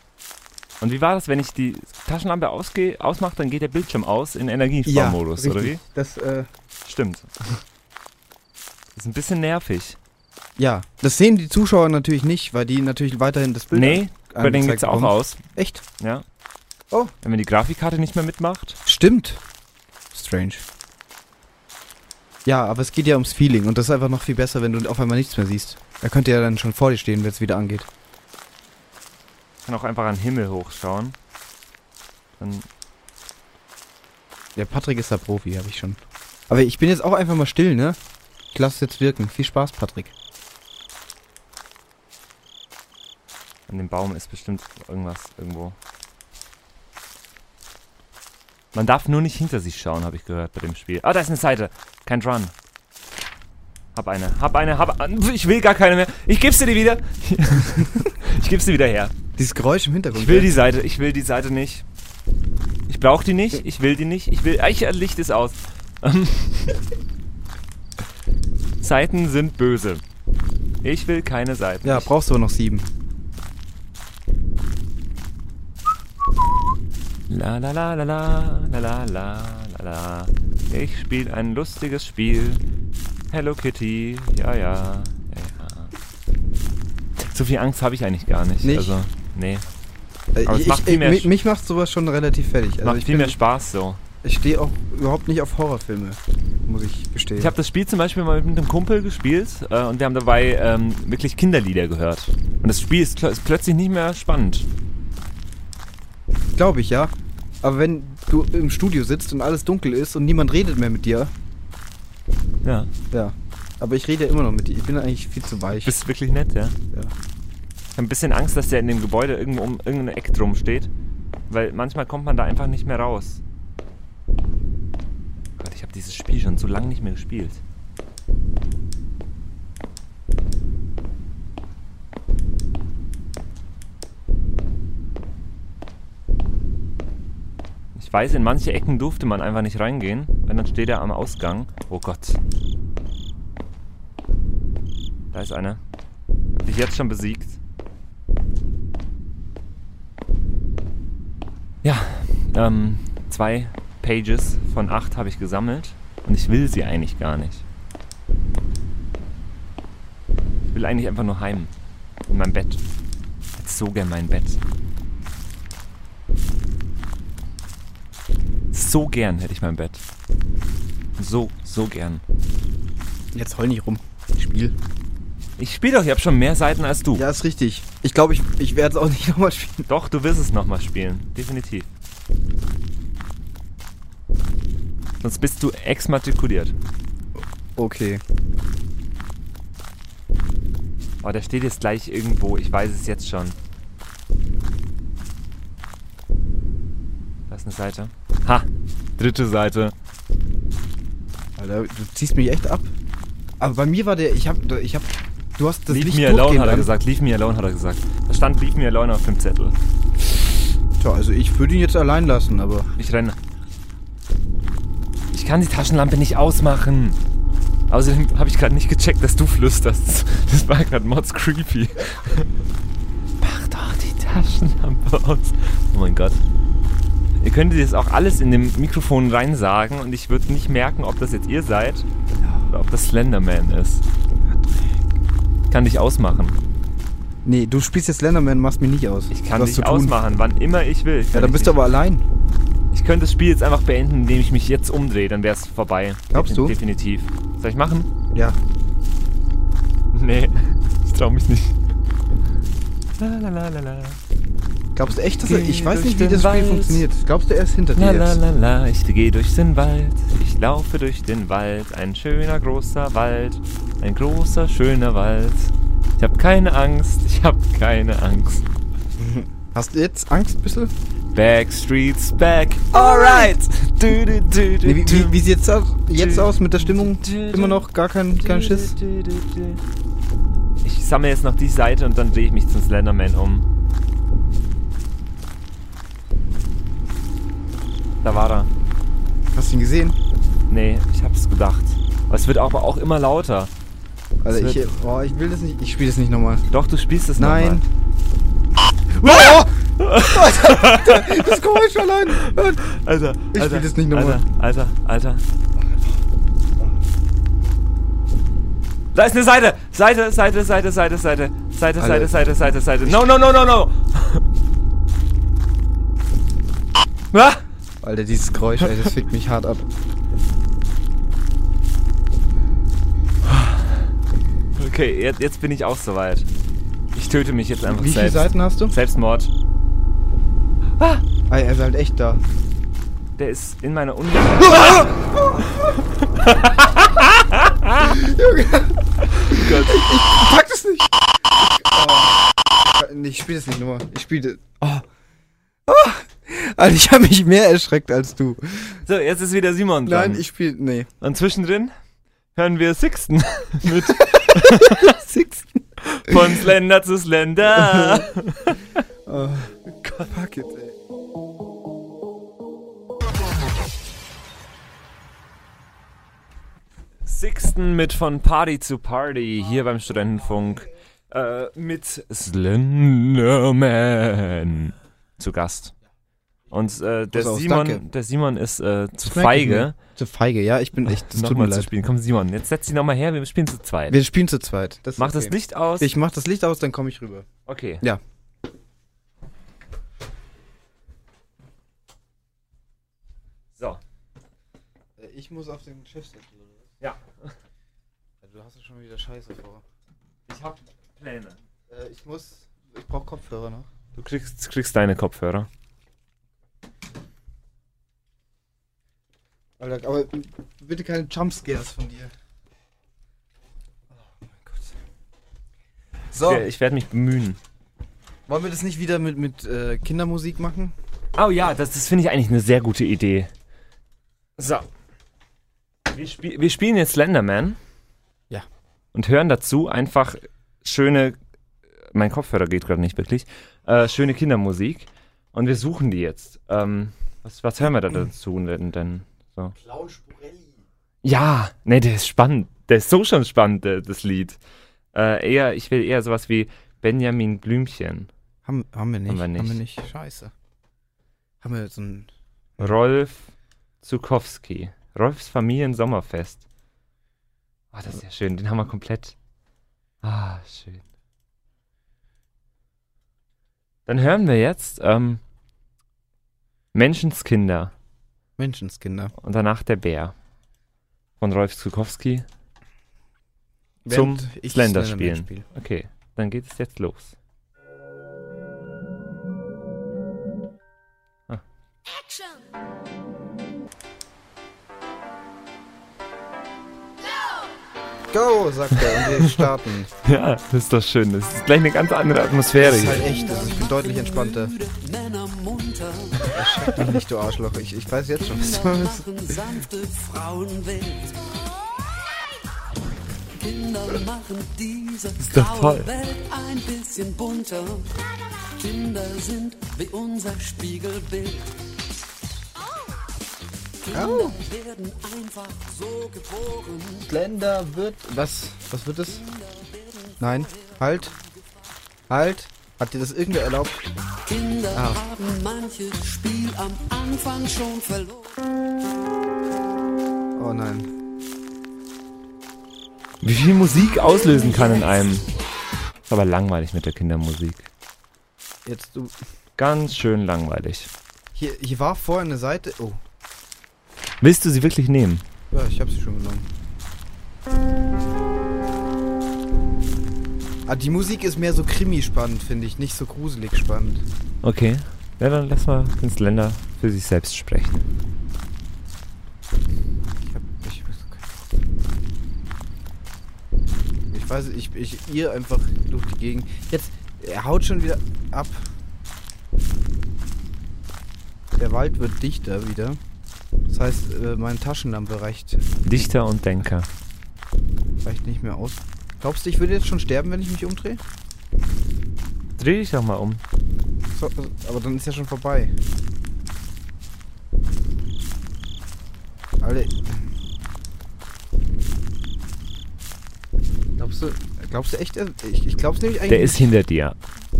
[SPEAKER 2] Und wie war das, wenn ich die Taschenlampe ausgehe, ausmache, dann geht der Bildschirm aus in Energiesparmodus, oder wie?
[SPEAKER 3] Das, äh,
[SPEAKER 2] Stimmt. Ist ein bisschen nervig.
[SPEAKER 3] ja, das sehen die Zuschauer natürlich nicht, weil die natürlich weiterhin das Bild
[SPEAKER 2] nee,
[SPEAKER 3] an-
[SPEAKER 2] bei denen
[SPEAKER 3] angezeigt
[SPEAKER 2] geht's auch
[SPEAKER 3] bekommen.
[SPEAKER 2] aus.
[SPEAKER 3] Echt?
[SPEAKER 2] Ja.
[SPEAKER 3] Oh.
[SPEAKER 2] Wenn die Grafikkarte nicht mehr mitmacht.
[SPEAKER 3] Stimmt. Strange. Ja, aber es geht ja ums Feeling und das ist einfach noch viel besser, wenn du auf einmal nichts mehr siehst. Da könnte ja dann schon vor dir stehen, wenn es wieder angeht.
[SPEAKER 2] Ich kann auch einfach an den Himmel hochschauen. Dann,
[SPEAKER 3] Der Patrick ist da Profi, habe ich schon. Aber ich bin jetzt auch einfach mal still, ne? Ich lass jetzt wirken. Viel Spaß, Patrick.
[SPEAKER 2] an dem Baum ist bestimmt irgendwas irgendwo. Man darf nur nicht hinter sich schauen, habe ich gehört bei dem Spiel. Ah, da ist eine Seite. Kein Run. Hab eine, hab eine, hab Ich will gar keine mehr. Ich geb's dir die wieder. ich geb's dir wieder her.
[SPEAKER 3] Dieses Geräusch im Hintergrund.
[SPEAKER 2] Ich will die Seite, ich will die Seite nicht. Ich brauche die nicht, ich will die nicht, ich will. Ich, Licht ist aus. Ähm. Seiten sind böse. Ich will keine Seiten.
[SPEAKER 3] Ja, brauchst du aber noch sieben.
[SPEAKER 2] La la la la la la la la la la. Ich spiele ein lustiges Spiel. Hello Kitty. Ja, ja. ja, ja. So viel Angst habe ich eigentlich gar nicht.
[SPEAKER 3] Nicht?
[SPEAKER 2] Also, nee.
[SPEAKER 3] Äh,
[SPEAKER 2] Aber es
[SPEAKER 3] ich,
[SPEAKER 2] macht viel
[SPEAKER 3] ich,
[SPEAKER 2] mehr
[SPEAKER 3] mich,
[SPEAKER 2] Sch-
[SPEAKER 3] mich macht sowas schon relativ fertig. Also
[SPEAKER 2] Macht
[SPEAKER 3] ich
[SPEAKER 2] viel
[SPEAKER 3] bin-
[SPEAKER 2] mehr Spaß so.
[SPEAKER 3] Ich stehe auch überhaupt nicht auf Horrorfilme, muss ich gestehen.
[SPEAKER 2] Ich habe das Spiel zum Beispiel mal mit einem Kumpel gespielt äh, und wir haben dabei ähm, wirklich Kinderlieder gehört. Und das Spiel ist, pl- ist plötzlich nicht mehr spannend.
[SPEAKER 3] Glaube ich, ja. Aber wenn du im Studio sitzt und alles dunkel ist und niemand redet mehr mit dir,
[SPEAKER 2] Ja,
[SPEAKER 3] ja. Aber ich rede ja immer noch mit dir. Ich bin eigentlich viel zu weich.
[SPEAKER 2] bist wirklich nett, ja.
[SPEAKER 3] Ja.
[SPEAKER 2] Ich habe ein bisschen Angst, dass der in dem Gebäude irgendwo um irgendein Eck drum steht, weil manchmal kommt man da einfach nicht mehr raus. Gott, ich habe dieses Spiel schon so lange nicht mehr gespielt. Ich weiß, in manche Ecken durfte man einfach nicht reingehen, wenn dann steht er am Ausgang. Oh Gott. Da ist einer. Hab dich jetzt schon besiegt. Ja, ähm, zwei Pages von acht habe ich gesammelt und ich will sie eigentlich gar nicht. Ich will eigentlich einfach nur heim. In mein Bett. Jetzt so gern mein Bett. So gern hätte ich mein Bett. So, so gern.
[SPEAKER 3] Jetzt heul nicht rum. Spiel.
[SPEAKER 2] Ich spiele doch, ich habe schon mehr Seiten als du.
[SPEAKER 3] Ja, ist richtig. Ich glaube, ich, ich werde es auch nicht nochmal spielen.
[SPEAKER 2] Doch, du wirst es nochmal spielen. Definitiv. Sonst bist du exmatrikuliert.
[SPEAKER 3] Okay.
[SPEAKER 2] Oh, der steht jetzt gleich irgendwo. Ich weiß es jetzt schon. Da ist eine Seite. Ha! Dritte Seite.
[SPEAKER 3] Alter, du ziehst mich echt ab. Aber bei mir war der, ich hab, ich hab, du hast das
[SPEAKER 2] leave
[SPEAKER 3] Licht
[SPEAKER 2] me alone,
[SPEAKER 3] durchgehen
[SPEAKER 2] hat er
[SPEAKER 3] lassen.
[SPEAKER 2] gesagt. Leave me alone, hat er gesagt. Da stand Leave me alone auf dem Zettel.
[SPEAKER 3] Tja, also ich würde ihn jetzt allein lassen, aber
[SPEAKER 2] Ich renne. Ich kann die Taschenlampe nicht ausmachen. Außerdem habe ich gerade nicht gecheckt, dass du flüsterst. Das war gerade mods creepy. Mach doch die Taschenlampe aus. Oh mein Gott. Ihr könntet jetzt auch alles in dem Mikrofon reinsagen und ich würde nicht merken, ob das jetzt ihr seid oder ob das Slenderman ist. Kann dich ausmachen.
[SPEAKER 3] nee, du spielst jetzt Slenderman, machst mich nicht aus.
[SPEAKER 2] Ich kann
[SPEAKER 3] Du hast
[SPEAKER 2] dich
[SPEAKER 3] zu tun.
[SPEAKER 2] ausmachen, wann immer ich will.
[SPEAKER 3] Ja, dann bist du aber allein.
[SPEAKER 2] Ich könnte das Spiel jetzt einfach beenden, indem ich mich jetzt umdrehe, dann wäre es vorbei.
[SPEAKER 3] Glaubst du?
[SPEAKER 2] Definitiv. Soll ich machen?
[SPEAKER 3] Ja.
[SPEAKER 2] Nee, ich trau mich nicht. La la la la la.
[SPEAKER 3] Glaubst du echt, dass er,
[SPEAKER 2] Geh
[SPEAKER 3] ich weiß
[SPEAKER 2] durch
[SPEAKER 3] nicht, wie
[SPEAKER 2] den
[SPEAKER 3] das Spiel
[SPEAKER 2] Wald.
[SPEAKER 3] funktioniert. Glaubst du, er ist hinter dir
[SPEAKER 2] La la
[SPEAKER 3] jetzt?
[SPEAKER 2] la la, ich gehe durch den Wald, ich laufe durch den Wald, ein schöner großer Wald, ein großer schöner Wald. Ich hab keine Angst, ich hab keine Angst.
[SPEAKER 3] Hast du jetzt Angst ein bisschen?
[SPEAKER 2] Backstreets back, alright! Du, du, du, du,
[SPEAKER 3] Nee, wie,
[SPEAKER 2] du.
[SPEAKER 3] wie, wie sieht's aus, jetzt aus mit der Stimmung? Immer noch gar kein, kein Schiss?
[SPEAKER 2] Ich sammle jetzt noch die Seite und dann drehe ich mich zum Slenderman um. Da war er.
[SPEAKER 3] Hast du ihn gesehen?
[SPEAKER 2] Nee, ich hab's gedacht. Aber es wird aber auch immer lauter.
[SPEAKER 3] Also
[SPEAKER 2] Es
[SPEAKER 3] ich, oh, ich will das nicht, ich spiele das nicht nochmal.
[SPEAKER 2] Doch, du spielst es
[SPEAKER 3] Nein.
[SPEAKER 2] nochmal.
[SPEAKER 3] Das Geräusch allein.
[SPEAKER 2] Alter,
[SPEAKER 3] Ich
[SPEAKER 2] Alter,
[SPEAKER 3] spiel das nicht nochmal.
[SPEAKER 2] Alter, Alter, Alter. Da ist eine Seite! Seite, Seite, Seite, Seite, Seite. Seite, Seite,
[SPEAKER 3] Alter.
[SPEAKER 2] Seite, Seite, Seite. No, no, no, no, no! Ah!
[SPEAKER 3] Alter, dieses Geräusch, ey, das fickt mich hart ab.
[SPEAKER 2] Okay, jetzt, jetzt bin ich auch soweit. Ich töte mich jetzt einfach
[SPEAKER 3] Wie viele
[SPEAKER 2] selbst.
[SPEAKER 3] Seiten hast du?
[SPEAKER 2] Selbstmord.
[SPEAKER 3] Ah, er ist halt echt da.
[SPEAKER 2] Der ist in meiner Uni.
[SPEAKER 3] Pack das nicht! Oh. Ich spiele das nicht nochmal. Ich spiele. Oh. Ah. Alter, ich habe mich mehr erschreckt als du.
[SPEAKER 2] So, jetzt ist wieder Simon dran.
[SPEAKER 3] Nein, ich spiele. Nee.
[SPEAKER 2] Und zwischendrin hören wir Sixten mit
[SPEAKER 3] Six.
[SPEAKER 2] Von Slender zu Slender.
[SPEAKER 3] Oh. Fuck it, ey.
[SPEAKER 2] Sixten mit von Party zu Party hier beim Studentenfunk äh, mit Slenderman zu Gast. Und äh, der,
[SPEAKER 3] Prost aus, danke.
[SPEAKER 2] Simon, der Simon ist äh, zu
[SPEAKER 3] merke ich
[SPEAKER 2] feige,
[SPEAKER 3] mir. Zu feige, ja, ich bin echt. Das tut mir
[SPEAKER 2] nochmal zu
[SPEAKER 3] leid.
[SPEAKER 2] spielen. Komm, Simon, jetzt setz dich nochmal her, wir spielen zu zweit.
[SPEAKER 3] Wir spielen zu zweit. Das ist
[SPEAKER 2] Mach
[SPEAKER 3] okay.
[SPEAKER 2] das Licht aus.
[SPEAKER 3] Ich mach das Licht aus, dann komme ich rüber.
[SPEAKER 2] okay.
[SPEAKER 3] Ja.
[SPEAKER 2] So.
[SPEAKER 3] Äh, Ich muss auf den Chefsessel, oder was?
[SPEAKER 2] Ja.
[SPEAKER 3] Du hast ja schon wieder Scheiße vor.
[SPEAKER 2] Ich hab Pläne.
[SPEAKER 3] Äh, Ich muss. Ich brauche Kopfhörer noch.
[SPEAKER 2] Du kriegst, kriegst deine Kopfhörer.
[SPEAKER 3] Alter, aber bitte keine Jumpscares von dir. Oh mein Gott. So,
[SPEAKER 2] Ja, Ich werde mich bemühen.
[SPEAKER 3] wollen wir das nicht wieder mit, mit äh, Kindermusik machen?
[SPEAKER 2] Oh ja, das, das finde ich eigentlich eine sehr gute Idee. So. Wir, spiel, wir spielen jetzt Slenderman.
[SPEAKER 3] Ja.
[SPEAKER 2] Und hören dazu einfach schöne. Mein Kopfhörer geht gerade nicht wirklich. Äh, schöne Kindermusik. Und wir suchen die jetzt. Ähm, was, was hören wir da dazu denn? denn so?
[SPEAKER 1] Clown Spurelli.
[SPEAKER 2] Ja, ne, der ist spannend. Der ist so schon spannend, der, das Lied. Äh, eher, ich will eher sowas wie Benjamin Blümchen.
[SPEAKER 3] Haben, haben wir nicht.
[SPEAKER 2] Haben wir nicht.
[SPEAKER 3] Scheiße. Haben wir so ein.
[SPEAKER 2] Rolf Zukowski. Rolfs Familiensommerfest. Ah, das ist ja schön. Den haben wir komplett. Ah, schön. Dann hören wir jetzt ähm, Menschenskinder
[SPEAKER 3] Menschenskinder.
[SPEAKER 2] und danach der Bär von Rolf Zukowski. Zum
[SPEAKER 3] Während ich
[SPEAKER 2] Slender
[SPEAKER 3] Slenderman
[SPEAKER 2] spielen.
[SPEAKER 3] spiel.
[SPEAKER 2] Okay, dann geht es jetzt los.
[SPEAKER 6] Action!
[SPEAKER 3] Go, sagt er, und wir starten.
[SPEAKER 2] Ja, das ist doch schön. Das ist gleich eine ganz andere Atmosphäre.
[SPEAKER 3] Das ist
[SPEAKER 2] hier.
[SPEAKER 3] halt echt, das ist, ich bin deutlich entspannter.
[SPEAKER 7] Männer munter,
[SPEAKER 3] Erschreck dich nicht, du Arschloch. Ich, ich weiß jetzt schon, was du bist.
[SPEAKER 7] machen sanfte Frauen wild. Kinder machen diese
[SPEAKER 2] doch toll.
[SPEAKER 7] graue Welt ein bisschen bunter. Kinder sind wie unser Spiegelbild. Kinder werden einfach so geboren.
[SPEAKER 3] Blender wird. Was? Was wird es? Nein. Halt. Halt. Hat dir das irgendwer erlaubt?
[SPEAKER 7] Kinder haben manches Spiel am Anfang schon verloren.
[SPEAKER 3] Oh nein.
[SPEAKER 2] Wie viel Musik auslösen kann in einem. Ist aber langweilig mit der Kindermusik.
[SPEAKER 3] Jetzt du.
[SPEAKER 2] Ganz schön langweilig.
[SPEAKER 3] Hier, hier war vorher eine Seite. Oh.
[SPEAKER 2] Willst du sie wirklich nehmen?
[SPEAKER 3] Ja, ich hab sie schon genommen. Ah, die Musik ist mehr so krimi-spannend, finde ich. Nicht so gruselig spannend.
[SPEAKER 2] Okay. Ja, dann lass mal den Slender für sich selbst sprechen.
[SPEAKER 3] Ich hab. Ich, ich weiß, ich, ich ihr einfach durch die Gegend. Jetzt, er haut schon wieder ab. Der Wald wird dichter wieder. Das heißt, äh, meine Taschenlampe reicht,
[SPEAKER 2] Dichter und Denker.
[SPEAKER 3] reicht nicht mehr aus. Glaubst du, ich würde jetzt schon sterben, wenn ich mich umdrehe?
[SPEAKER 2] Dreh dich doch mal um.
[SPEAKER 3] So, aber dann ist ja schon vorbei. Alle. Glaubst du, glaubst du echt? er- Ich, ich glaub's nämlich eigentlich.
[SPEAKER 2] Der ist hinter dir.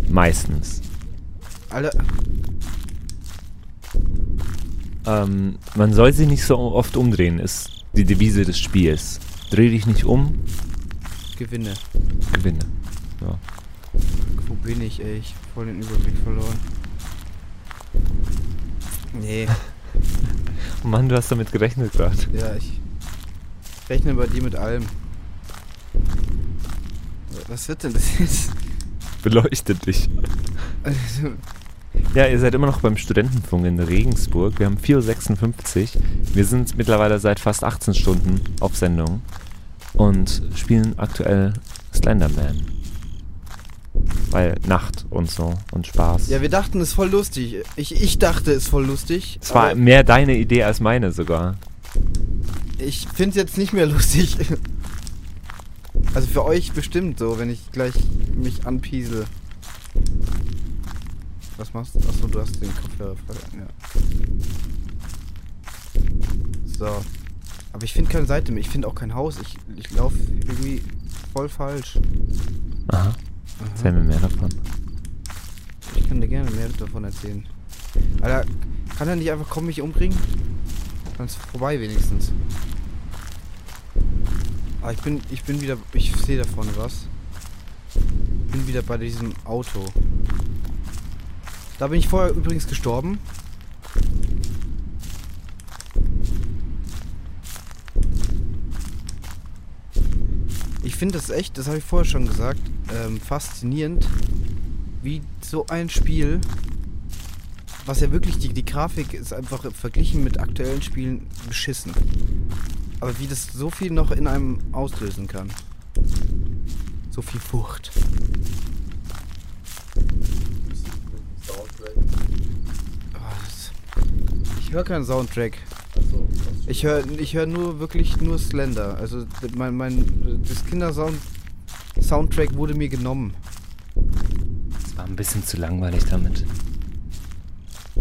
[SPEAKER 2] Meistens.
[SPEAKER 3] Alle.
[SPEAKER 2] Ähm, man soll sich nicht so oft umdrehen, ist die Devise des Spiels. Dreh dich nicht um,
[SPEAKER 3] Gewinne.
[SPEAKER 2] gewinne.
[SPEAKER 3] Wo bin ich, ey? Ich hab voll den Überblick verloren. Nee,
[SPEAKER 2] Mann, du hast damit gerechnet gerade.
[SPEAKER 3] ja, ich rechne bei dir mit allem. Was wird denn das jetzt?
[SPEAKER 2] Beleuchtet dich.
[SPEAKER 3] Also,
[SPEAKER 2] Ja, ihr seid immer noch beim Studentenfunk in Regensburg. Wir haben 4.56 Uhr. Wir sind mittlerweile seit fast 18 Stunden auf Sendung und spielen aktuell Slenderman. Weil Nacht und so und Spaß.
[SPEAKER 3] ja, wir dachten, es ist voll lustig. Ich, ich dachte, es ist voll lustig.
[SPEAKER 2] es war
[SPEAKER 3] aber-
[SPEAKER 2] mehr deine Idee als meine sogar.
[SPEAKER 3] Ich find's jetzt nicht mehr lustig. Also für euch bestimmt so, wenn ich gleich mich anpiesel. Was machst du? Achso, du hast den Kopfhörer frei. Ja. So. Aber ich finde keine Seite mehr. Ich finde auch kein Haus. Ich, ich laufe irgendwie voll falsch.
[SPEAKER 2] Aha, erzähl mir mehr davon.
[SPEAKER 3] Ich kann dir gerne mehr davon erzählen. Alter, Kann er nicht einfach kommen, mich umbringen? Dann ist vorbei wenigstens. Ah, ich bin, ich bin wieder, ich sehe da vorne was. Bin wieder bei diesem Auto. Da bin ich vorher übrigens gestorben. Ich finde das echt, das habe ich vorher schon gesagt, ähm, faszinierend, wie so ein Spiel, was ja wirklich, die, die Grafik ist einfach verglichen mit aktuellen Spielen beschissen. Aber wie das so viel noch in einem auslösen kann. So viel Furcht.
[SPEAKER 1] Soundtrack.
[SPEAKER 3] Oh, das- Ich höre keinen Soundtrack.
[SPEAKER 1] Achso, das-
[SPEAKER 3] Ich höre ich hör nur wirklich nur Slender. Also mein, mein das Kindersound Soundtrack wurde mir genommen.
[SPEAKER 2] Es war ein bisschen zu langweilig damit.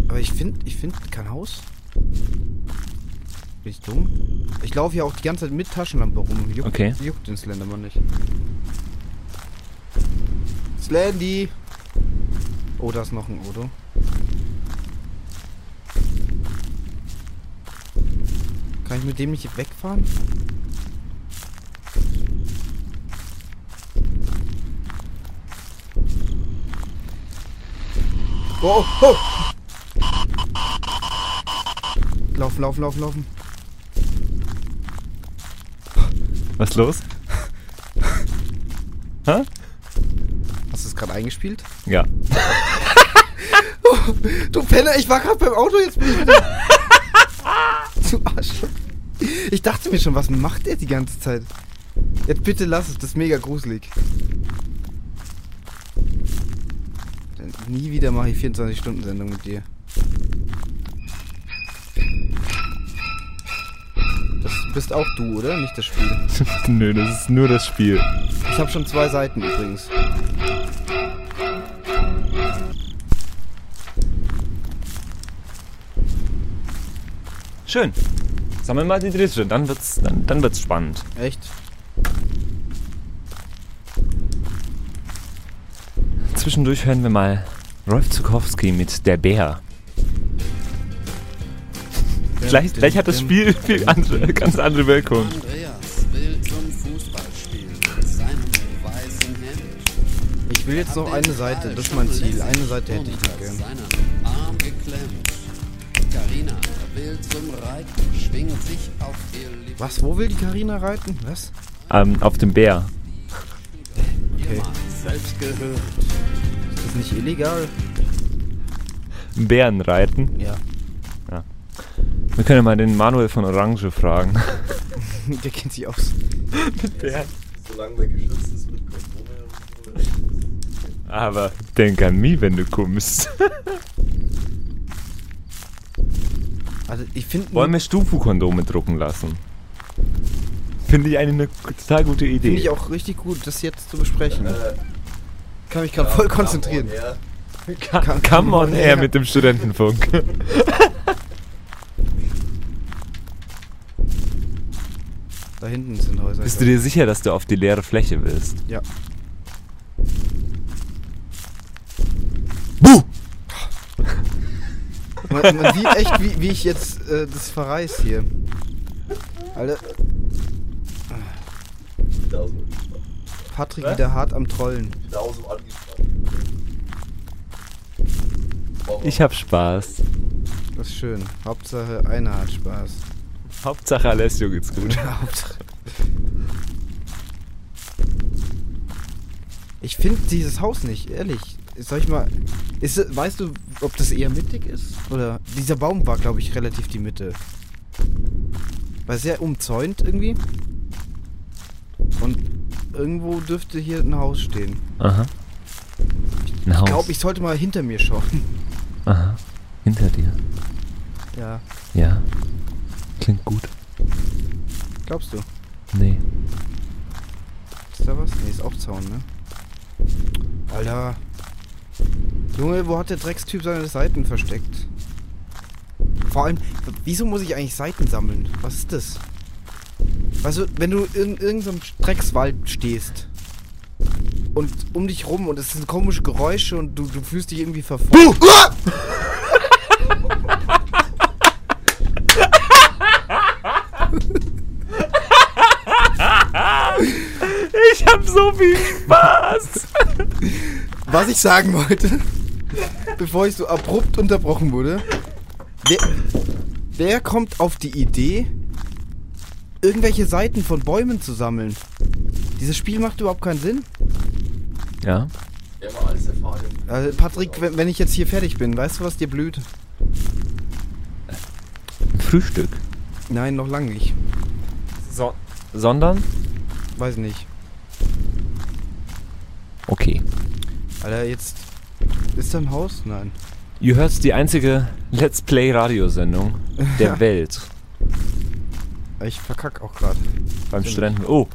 [SPEAKER 3] Aber ich finde ich finde kein Haus. Bin ich dumm? Ich laufe ja auch die ganze Zeit mit Taschenlampe rum. Juckt,
[SPEAKER 2] Okay.
[SPEAKER 3] juckt den Slenderman nicht. Slendy! Oh, da ist noch ein Auto. Kann ich mit dem nicht wegfahren? Oh, oh, oh! Laufen, laufen, laufen, laufen.
[SPEAKER 2] Was los? Hä?
[SPEAKER 3] Hast du es gerade eingespielt?
[SPEAKER 2] Ja.
[SPEAKER 3] Du Penner, ich war gerade beim Auto, jetzt bin ich wieder. du Arsch. Ich dachte mir schon, was macht der die ganze Zeit? Jetzt bitte lass es, das ist mega gruselig. Denn nie wieder mache ich 24-Stunden-Sendung mit dir. Das bist auch du, oder? Nicht das Spiel.
[SPEAKER 2] Nö, das ist nur das Spiel.
[SPEAKER 3] Ich habe schon zwei Seiten übrigens.
[SPEAKER 2] Schön. Sammeln mal die dritte, dann wird's, dann, dann wird's spannend.
[SPEAKER 3] Echt?
[SPEAKER 2] Zwischendurch hören wir mal Rolf Zukowski mit Der Bär. Gleich, gleich hat das Spiel viel andere, ganz andere Wirkung.
[SPEAKER 7] Andreas will zum Fußball spielen mit seinem weißen Hemd.
[SPEAKER 3] Ich will jetzt noch eine Seite, das ist mein Ziel. Eine Seite hätte ich noch gern.
[SPEAKER 7] Arm geklemmt. Carina will zum Reiten, schwingt sich auf ihr Lieb.
[SPEAKER 3] Was, wo will die Karina reiten? Was?
[SPEAKER 2] Ähm, auf dem Bär.
[SPEAKER 3] Okay.
[SPEAKER 7] Selbst gehört.
[SPEAKER 3] Ist das nicht illegal?
[SPEAKER 2] Bären reiten.
[SPEAKER 3] Ja.
[SPEAKER 2] Wir können ja mal den Manuel von Orange fragen.
[SPEAKER 3] Der kennt sich aus.
[SPEAKER 1] Solange der geschützt ist mit Kondome und so.
[SPEAKER 2] Aber denk an mich, wenn du kommst.
[SPEAKER 3] Also ich finde
[SPEAKER 2] Wollen wir Stufu-Kondome drucken lassen? Finde ich eine, ne- total gute Idee.
[SPEAKER 3] find ich auch richtig gut, das jetzt zu besprechen.
[SPEAKER 1] Äh,
[SPEAKER 3] Kann mich gerade voll
[SPEAKER 1] ja,
[SPEAKER 3] konzentrieren.
[SPEAKER 1] ja.
[SPEAKER 2] Ka- Come on air mit dem Studentenfunk.
[SPEAKER 3] Da hinten sind Häuser.
[SPEAKER 2] Bist du dir sicher, dass du auf die leere Fläche willst?
[SPEAKER 3] Ja.
[SPEAKER 2] Buh!
[SPEAKER 3] man, man sieht echt, wie, wie ich jetzt äh, das verreiß hier. Alter,
[SPEAKER 1] Wieder aus dem Angespannt.
[SPEAKER 3] Patrick wieder hart am Trollen.
[SPEAKER 1] Wieder aus dem Angespannt. Warum?
[SPEAKER 2] Ich hab Spaß.
[SPEAKER 3] Das ist schön. Hauptsache einer hat Spaß.
[SPEAKER 2] Hauptsache Alessio geht's gut.
[SPEAKER 3] Hauptsache. Ich finde dieses Haus nicht, ehrlich. Soll ich mal. Ist, weißt du, ob das eher mittig ist? Oder. Dieser Baum war, glaube ich, relativ die Mitte. War sehr umzäunt irgendwie. Und irgendwo dürfte hier ein Haus stehen.
[SPEAKER 2] Aha. Ein
[SPEAKER 3] Ich
[SPEAKER 2] Haus.
[SPEAKER 3] glaube, ich sollte mal hinter mir schauen.
[SPEAKER 2] Aha. Hinter dir.
[SPEAKER 3] Ja.
[SPEAKER 2] Ja. Klingt gut.
[SPEAKER 3] Glaubst du?
[SPEAKER 2] Nee.
[SPEAKER 3] Ist da was? Nee, ist auch Zaun, ne? Alter. Junge, wo hat der Dreckstyp seine Seiten versteckt? Vor allem, w- wieso muss ich eigentlich Seiten sammeln? Was ist das? Weißt du, wenn du in irgendeinem Dreckswald stehst und um dich rum und es sind komische Geräusche und du, du fühlst dich irgendwie verfolgt.
[SPEAKER 2] so viel Spaß.
[SPEAKER 3] Was ich sagen wollte, bevor ich so abrupt unterbrochen wurde, wer, wer kommt auf die Idee, irgendwelche Seiten von Bäumen zu sammeln? Dieses Spiel macht überhaupt keinen Sinn.
[SPEAKER 2] Ja,
[SPEAKER 1] Wir haben alles erfahren.
[SPEAKER 3] Also Patrick, wenn, wenn ich jetzt hier fertig bin, weißt du, was dir blüht?
[SPEAKER 2] Frühstück.
[SPEAKER 3] Nein, noch lange nicht.
[SPEAKER 2] So, sondern?
[SPEAKER 3] Weiß nicht.
[SPEAKER 2] Okay.
[SPEAKER 3] Alter, jetzt. Ist da ein Haus? Nein.
[SPEAKER 2] Ihr hört die einzige Let's Play Radiosendung der Welt
[SPEAKER 3] Ich verkack auch gerade.
[SPEAKER 2] beim Studenten. Oh,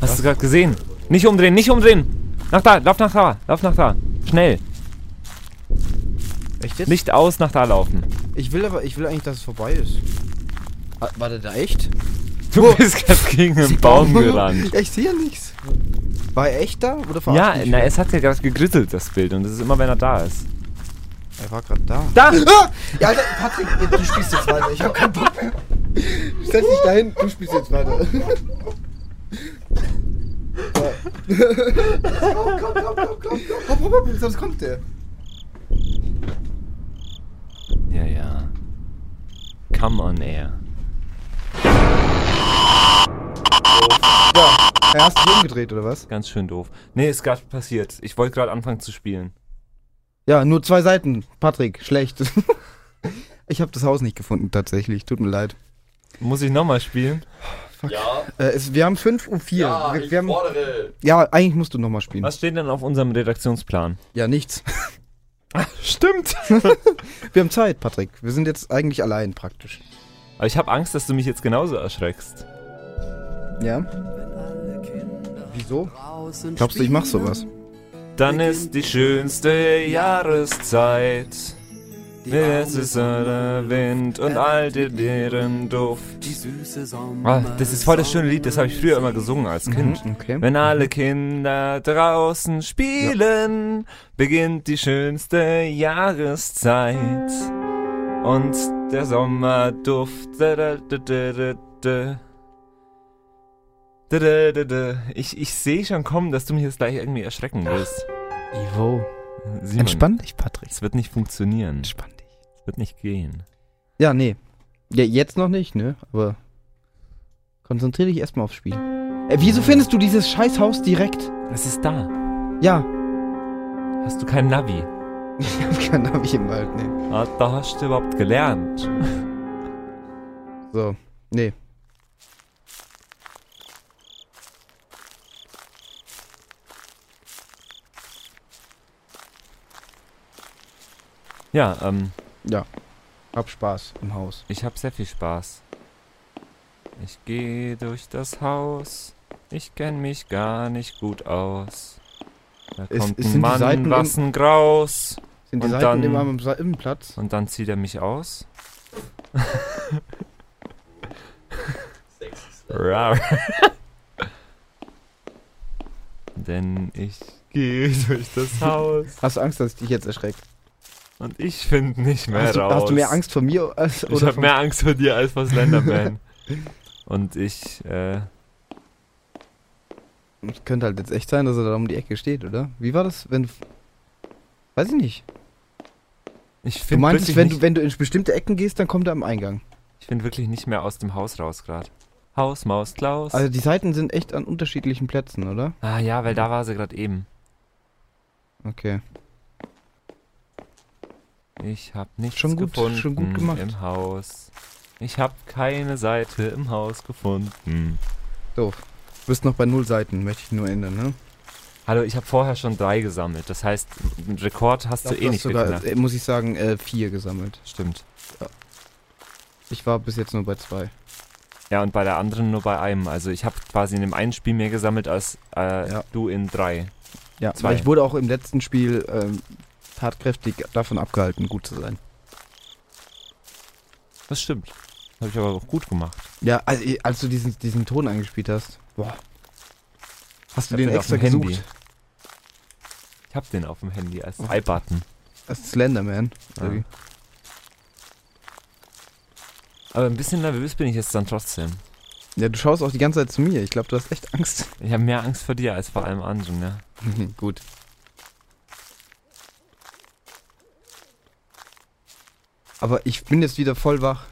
[SPEAKER 2] hast du gerade gesehen? Nicht umdrehen, nicht umdrehen. Nach da, lauf nach da, lauf nach da. Schnell,
[SPEAKER 3] Echt jetzt?
[SPEAKER 2] nicht aus, nach da laufen.
[SPEAKER 3] Ich will aber, ich will eigentlich, dass es vorbei ist. Ah, Warte, da echt?
[SPEAKER 2] Du
[SPEAKER 3] Wo?
[SPEAKER 2] bist gerade gegen einen Baum gerannt.
[SPEAKER 3] Ich sehe ja nichts. War er echt da oder
[SPEAKER 2] Ja,
[SPEAKER 3] verarscht mich
[SPEAKER 2] na,
[SPEAKER 3] wer?
[SPEAKER 2] es hat ja gerade gegrittelt, das Bild. Und das ist immer, wenn er da ist.
[SPEAKER 3] Er war gerade da.
[SPEAKER 2] Da!
[SPEAKER 3] Ah! Ja, Alter, Patrick, ihr- du spielst jetzt weiter. Ich hab keinen Bock mehr. Setz dich dahin, du spielst jetzt weiter. Ja. komm, komm, komm, komm, komm, komm. Hopp, hopp, hopp, sonst kommt der.
[SPEAKER 2] Ja, ja. Come on air.
[SPEAKER 3] Ja, er hast dich umgedreht, oder was?
[SPEAKER 2] Ganz schön doof. Nee, ist gerade passiert. Ich wollte gerade anfangen zu spielen.
[SPEAKER 3] Ja, nur zwei Seiten, Patrick, schlecht. Ich habe das Haus nicht gefunden, tatsächlich. Tut mir leid.
[SPEAKER 2] Muss ich nochmal spielen?
[SPEAKER 1] Ja,
[SPEAKER 3] Äh, es, wir haben fünf und vier.
[SPEAKER 1] ja,
[SPEAKER 3] wir,
[SPEAKER 1] Ah, ich
[SPEAKER 3] wir haben,
[SPEAKER 1] fordere.
[SPEAKER 3] ja, eigentlich musst du nochmal spielen.
[SPEAKER 2] Was steht denn auf unserem Redaktionsplan?
[SPEAKER 3] Ja, nichts.
[SPEAKER 2] Stimmt!
[SPEAKER 3] Wir haben Zeit, Patrick. Wir sind jetzt eigentlich allein praktisch.
[SPEAKER 2] Aber ich habe Angst, dass du mich jetzt genauso erschreckst.
[SPEAKER 3] Ja? Wieso?
[SPEAKER 7] Draußen
[SPEAKER 3] Glaubst du, ich mach sowas?
[SPEAKER 2] Dann ist die schönste Jahreszeit.
[SPEAKER 7] die
[SPEAKER 2] Es
[SPEAKER 7] warme
[SPEAKER 2] ist
[SPEAKER 7] Sonne,
[SPEAKER 2] der Wind und all die deren Duft.
[SPEAKER 7] die süße Sommer.
[SPEAKER 2] Ah, das ist voll das schöne Lied, das habe ich früher immer gesungen als Kind.
[SPEAKER 3] Hm, Okay.
[SPEAKER 2] Wenn alle Kinder draußen spielen, beginnt die schönste Jahreszeit. Und der Sommerduft. Da, da, da, da, da, da. Da, da, da, da. Ich, ich sehe schon kommen, dass du mich jetzt gleich irgendwie erschrecken wirst.
[SPEAKER 3] Ivo.
[SPEAKER 2] Simon,
[SPEAKER 3] Entspann dich, Patrick.
[SPEAKER 2] Es wird nicht funktionieren. Es
[SPEAKER 3] Entspann dich.
[SPEAKER 2] wird nicht gehen.
[SPEAKER 3] Ja, nee. Ja, jetzt noch nicht, ne? Aber konzentriere dich erstmal aufs Spiel. Äh, wieso findest du dieses Scheißhaus direkt?
[SPEAKER 2] Es ist da.
[SPEAKER 3] Ja.
[SPEAKER 2] Hast du kein Navi?
[SPEAKER 3] Ich hab keinen Navi im Wald, ne?
[SPEAKER 2] Ah, Da hast du überhaupt gelernt.
[SPEAKER 3] So. Nee.
[SPEAKER 2] Ja, ähm,
[SPEAKER 3] Hab Spaß im Haus.
[SPEAKER 2] Ich habe sehr viel Spaß. Ich gehe durch das Haus. Ich kenne mich gar nicht gut aus. Da
[SPEAKER 3] Es-
[SPEAKER 2] kommt
[SPEAKER 3] es sind die
[SPEAKER 2] ein Mann,
[SPEAKER 3] Seiten
[SPEAKER 2] was ein Graus.
[SPEAKER 3] Sind die
[SPEAKER 2] Und
[SPEAKER 3] Seiten
[SPEAKER 2] dann-
[SPEAKER 3] immer am selben Platz?
[SPEAKER 2] Und dann zieht er mich aus.
[SPEAKER 1] Sexy Slap.
[SPEAKER 2] Rar. Denn ich gehe durch das Haus
[SPEAKER 3] Hast du Angst, dass ich dich jetzt erschrecke?
[SPEAKER 2] und ich finde nicht mehr
[SPEAKER 3] Hast du,
[SPEAKER 2] raus.
[SPEAKER 3] hast du mehr Angst vor mir als
[SPEAKER 2] Ich
[SPEAKER 3] oder
[SPEAKER 2] habe
[SPEAKER 3] vor
[SPEAKER 2] mehr Angst vor dir als vor Slenderman. und ich, äh,
[SPEAKER 3] Es könnte halt jetzt echt sein, dass er da um die Ecke steht, oder? Wie war das, wenn. Weiß ich nicht.
[SPEAKER 2] ich
[SPEAKER 3] Du
[SPEAKER 2] finde
[SPEAKER 3] meintest,
[SPEAKER 2] wirklich,
[SPEAKER 3] wenn
[SPEAKER 2] nicht-
[SPEAKER 3] du, wenn du in bestimmte Ecken gehst, dann kommt er am Eingang.
[SPEAKER 2] ich find wirklich nicht mehr aus dem Haus raus gerade. Haus, Maus, Klaus.
[SPEAKER 3] Also die Seiten sind echt an unterschiedlichen Plätzen, oder?
[SPEAKER 2] Ah ja, weil da war sie gerade eben.
[SPEAKER 3] Okay.
[SPEAKER 2] Ich hab nichts
[SPEAKER 3] Schon gut,
[SPEAKER 2] gefunden
[SPEAKER 3] schon gut gemacht.
[SPEAKER 2] im Haus. Ich hab keine Seite im Haus gefunden.
[SPEAKER 3] Doof. Du bist noch bei null Seiten, möchte ich nur ändern, ne?
[SPEAKER 2] Hallo, ich habe vorher schon drei gesammelt. Das heißt, einen Rekord hast du
[SPEAKER 3] Du
[SPEAKER 2] eh
[SPEAKER 3] hast
[SPEAKER 2] nicht
[SPEAKER 3] sogar,
[SPEAKER 2] geknackt.
[SPEAKER 3] äh, muss ich sagen, äh, vier gesammelt.
[SPEAKER 2] Stimmt.
[SPEAKER 3] Ich war bis jetzt nur bei zwei.
[SPEAKER 2] Ja, und bei der anderen nur bei einem. Also ich habe quasi in dem einen Spiel mehr gesammelt als äh,
[SPEAKER 3] Ja.
[SPEAKER 2] du in drei.
[SPEAKER 3] Ja,
[SPEAKER 2] Zwei.
[SPEAKER 3] zwei. ich wurde auch im letzten Spiel ähm, tatkräftig davon abgehalten, gut zu sein.
[SPEAKER 2] Das stimmt. Habe ich aber auch gut gemacht.
[SPEAKER 3] Ja, also, äh, als du diesen, diesen Ton eingespielt hast, boah. Hast du
[SPEAKER 2] Ich hab
[SPEAKER 3] den
[SPEAKER 2] auf
[SPEAKER 3] extra
[SPEAKER 2] dem
[SPEAKER 3] gesucht?
[SPEAKER 2] Handy. Ich hab den auf dem Handy als
[SPEAKER 3] Oh.
[SPEAKER 2] iButton.
[SPEAKER 3] Das ist Slenderman.
[SPEAKER 2] Ja. Aber ein bisschen nervös bin ich jetzt dann trotzdem.
[SPEAKER 3] Ja, du schaust auch die ganze Zeit zu mir. Ich glaube, du hast echt Angst.
[SPEAKER 2] Ich habe mehr Angst vor dir als vor allem anderen, ja.
[SPEAKER 3] Gut. Aber ich bin jetzt wieder voll wach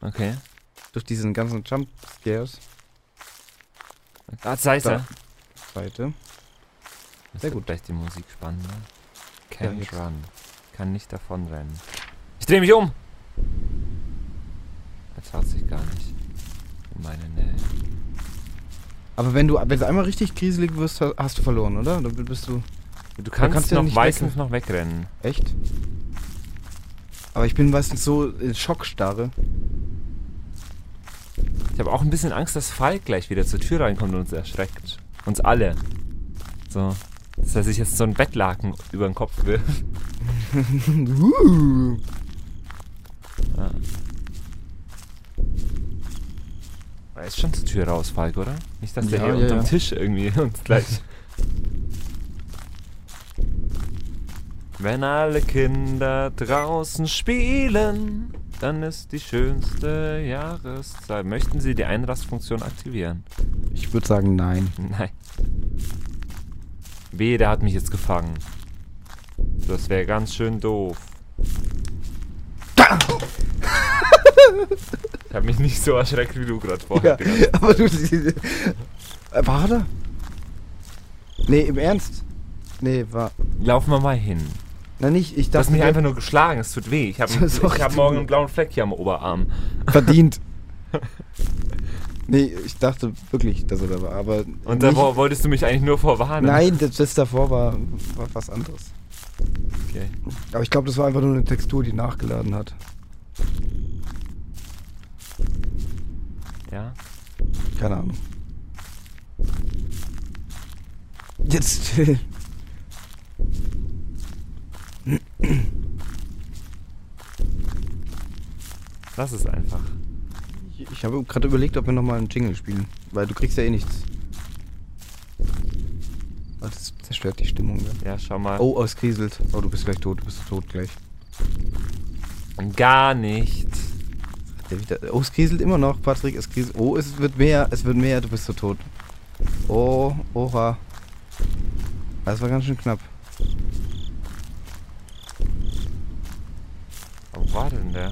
[SPEAKER 2] Okay.
[SPEAKER 3] durch diesen ganzen Jumpscares.
[SPEAKER 2] Ah, sei es
[SPEAKER 3] Da. Seite.
[SPEAKER 2] Sehr
[SPEAKER 3] Sehr
[SPEAKER 2] gut.
[SPEAKER 3] gut.
[SPEAKER 2] Gleich die Musik spannender.
[SPEAKER 3] Ja,
[SPEAKER 2] Can't
[SPEAKER 3] jetzt.
[SPEAKER 2] run. Kann nicht davonrennen. Ich drehe mich um! Er traut sich gar nicht. In meine Nähe.
[SPEAKER 3] Aber wenn du, wenn du einmal richtig kriselig wirst, ha- hast du verloren, oder? Dann bist du
[SPEAKER 2] Du kannst,
[SPEAKER 3] kannst ja
[SPEAKER 2] noch
[SPEAKER 3] nicht
[SPEAKER 2] meistens noch wegrennen.
[SPEAKER 3] echt. Aber ich bin meistens so in Schockstarre.
[SPEAKER 2] Ich habe auch ein bisschen Angst, dass Falk gleich wieder zur Tür reinkommt und uns erschreckt. Uns alle. So. Dass er sich jetzt so ein Bettlaken über den Kopf wirft.
[SPEAKER 3] Uh.
[SPEAKER 2] Er ist schon zur Tür raus, Falk, oder? Nicht, dass der
[SPEAKER 3] Ja,
[SPEAKER 2] hier
[SPEAKER 3] ja,
[SPEAKER 2] unterm
[SPEAKER 3] ja.
[SPEAKER 2] Tisch irgendwie uns gleich. Wenn alle Kinder draußen spielen, dann ist die schönste Jahreszeit. Möchten Sie die Einrastfunktion aktivieren?
[SPEAKER 3] Ich würde sagen, nein.
[SPEAKER 2] Nein. Weh, der hat mich jetzt gefangen. Das wäre ganz schön doof. Ich habe mich nicht so erschreckt wie du gerade vorher.
[SPEAKER 3] Ja,
[SPEAKER 2] Digga.
[SPEAKER 3] aber du. Äh, War da? Nee, im Ernst? Nee, war.
[SPEAKER 2] Laufen wir mal hin.
[SPEAKER 3] Na nicht, ich
[SPEAKER 2] Du hast
[SPEAKER 3] dachte
[SPEAKER 2] mich
[SPEAKER 3] mir
[SPEAKER 2] einfach nur geschlagen, es tut weh. Ich habe
[SPEAKER 3] Das ist auch
[SPEAKER 2] hab
[SPEAKER 3] richtig
[SPEAKER 2] morgen
[SPEAKER 3] gut.
[SPEAKER 2] einen blauen Fleck hier am Oberarm.
[SPEAKER 3] verdient. nee, ich dachte wirklich, dass er da war, aber.
[SPEAKER 2] Und da
[SPEAKER 3] nicht-
[SPEAKER 2] wo- wolltest du mich eigentlich nur vorwarnen.
[SPEAKER 3] Nein, das, das davor war, war was anderes.
[SPEAKER 2] Okay.
[SPEAKER 3] Aber ich glaube, das war einfach nur eine Textur, die nachgeladen hat.
[SPEAKER 2] Ja.
[SPEAKER 3] Keine Ahnung. Jetzt still.
[SPEAKER 2] Lass es einfach.
[SPEAKER 3] Ich, ich habe gerade überlegt, ob wir nochmal einen Jingle spielen. Weil du kriegst ja eh nichts. Ah, Das zerstört die Stimmung. Ja.
[SPEAKER 2] Ja, schau mal.
[SPEAKER 3] Oh, auskriselt. Oh, du bist gleich tot. Du bist tot gleich.
[SPEAKER 2] Gar nicht.
[SPEAKER 3] Der wieder, oh, es kriselt immer noch, Patrick. Es kriselt. Oh, es wird mehr. Es wird mehr. Du bist so tot. Oh, oha. Das war ganz schön knapp.
[SPEAKER 2] Wo war denn der?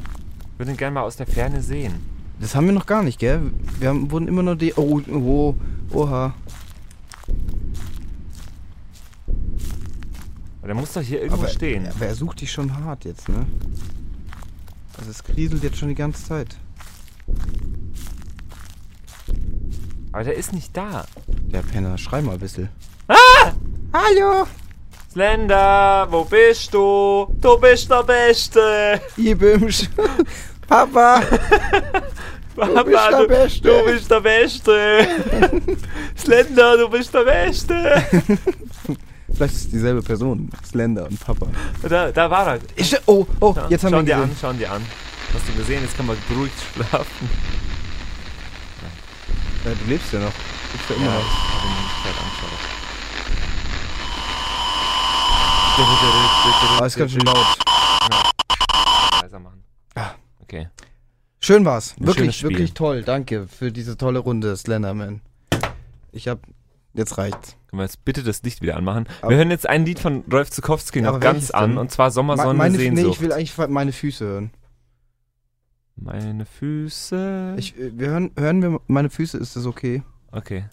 [SPEAKER 2] Ich würde ihn gerne mal aus der Ferne sehen.
[SPEAKER 3] Das haben wir noch gar nicht, gell? Wir haben, wurden immer nur die. Oh, oh, oha.
[SPEAKER 2] Aber Der muss doch hier irgendwo stehen.
[SPEAKER 3] Aber er sucht dich schon hart jetzt, ne? Also es kriselt jetzt schon die ganze Zeit.
[SPEAKER 2] Aber der ist nicht da.
[SPEAKER 3] Der Penner, schrei mal ein bisschen. Ah! Hallo!
[SPEAKER 2] Slender, wo bist du? Du bist der Beste.
[SPEAKER 3] Ihr Bimsch! Papa!
[SPEAKER 2] Papa,
[SPEAKER 3] bist der
[SPEAKER 2] du,
[SPEAKER 3] Beste.
[SPEAKER 2] du bist der Beste. Slender, du bist der Beste.
[SPEAKER 3] Vielleicht ist es dieselbe Person. Slender und Papa.
[SPEAKER 2] Da, da war er.
[SPEAKER 3] Ich, oh, oh,
[SPEAKER 2] Ja,
[SPEAKER 3] jetzt haben
[SPEAKER 2] schauen
[SPEAKER 3] wir
[SPEAKER 2] dir
[SPEAKER 3] ihn
[SPEAKER 2] an, schauen dir an. Hast du gesehen, jetzt kann man beruhigt schlafen.
[SPEAKER 3] gesehen. Ja, du lebst ja noch. Du lebst ja immer noch.
[SPEAKER 2] hab ihn die Zeit angeschaut.
[SPEAKER 3] Ah, ist ganz schön laut.
[SPEAKER 2] Leiser machen.
[SPEAKER 3] Ah.
[SPEAKER 2] Okay.
[SPEAKER 3] Schön war's.
[SPEAKER 2] Ein schönes
[SPEAKER 3] wirklich,
[SPEAKER 2] Spiel.
[SPEAKER 3] wirklich toll. Danke für diese tolle Runde, Slenderman. Ich hab. Jetzt reicht's.
[SPEAKER 2] Können wir jetzt bitte das Licht wieder anmachen?
[SPEAKER 3] Aber-
[SPEAKER 2] wir hören jetzt ein Lied von Rolf Zukowski
[SPEAKER 3] Ja,
[SPEAKER 2] noch
[SPEAKER 3] aber
[SPEAKER 2] ganz
[SPEAKER 3] welches
[SPEAKER 2] an
[SPEAKER 3] denn?
[SPEAKER 2] und zwar Sommersonne
[SPEAKER 3] Me- meine, nee,
[SPEAKER 2] Sehnsucht.
[SPEAKER 3] ich will eigentlich meine Füße hören.
[SPEAKER 2] meine Füße.
[SPEAKER 3] Ich, äh, wir hören, hören wir meine Füße, ist das okay?
[SPEAKER 2] okay.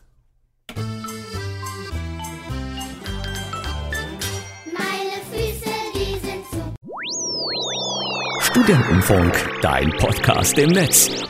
[SPEAKER 6] Meine Füße, die sind zu
[SPEAKER 8] Studentenfunk, dein Podcast im Netz.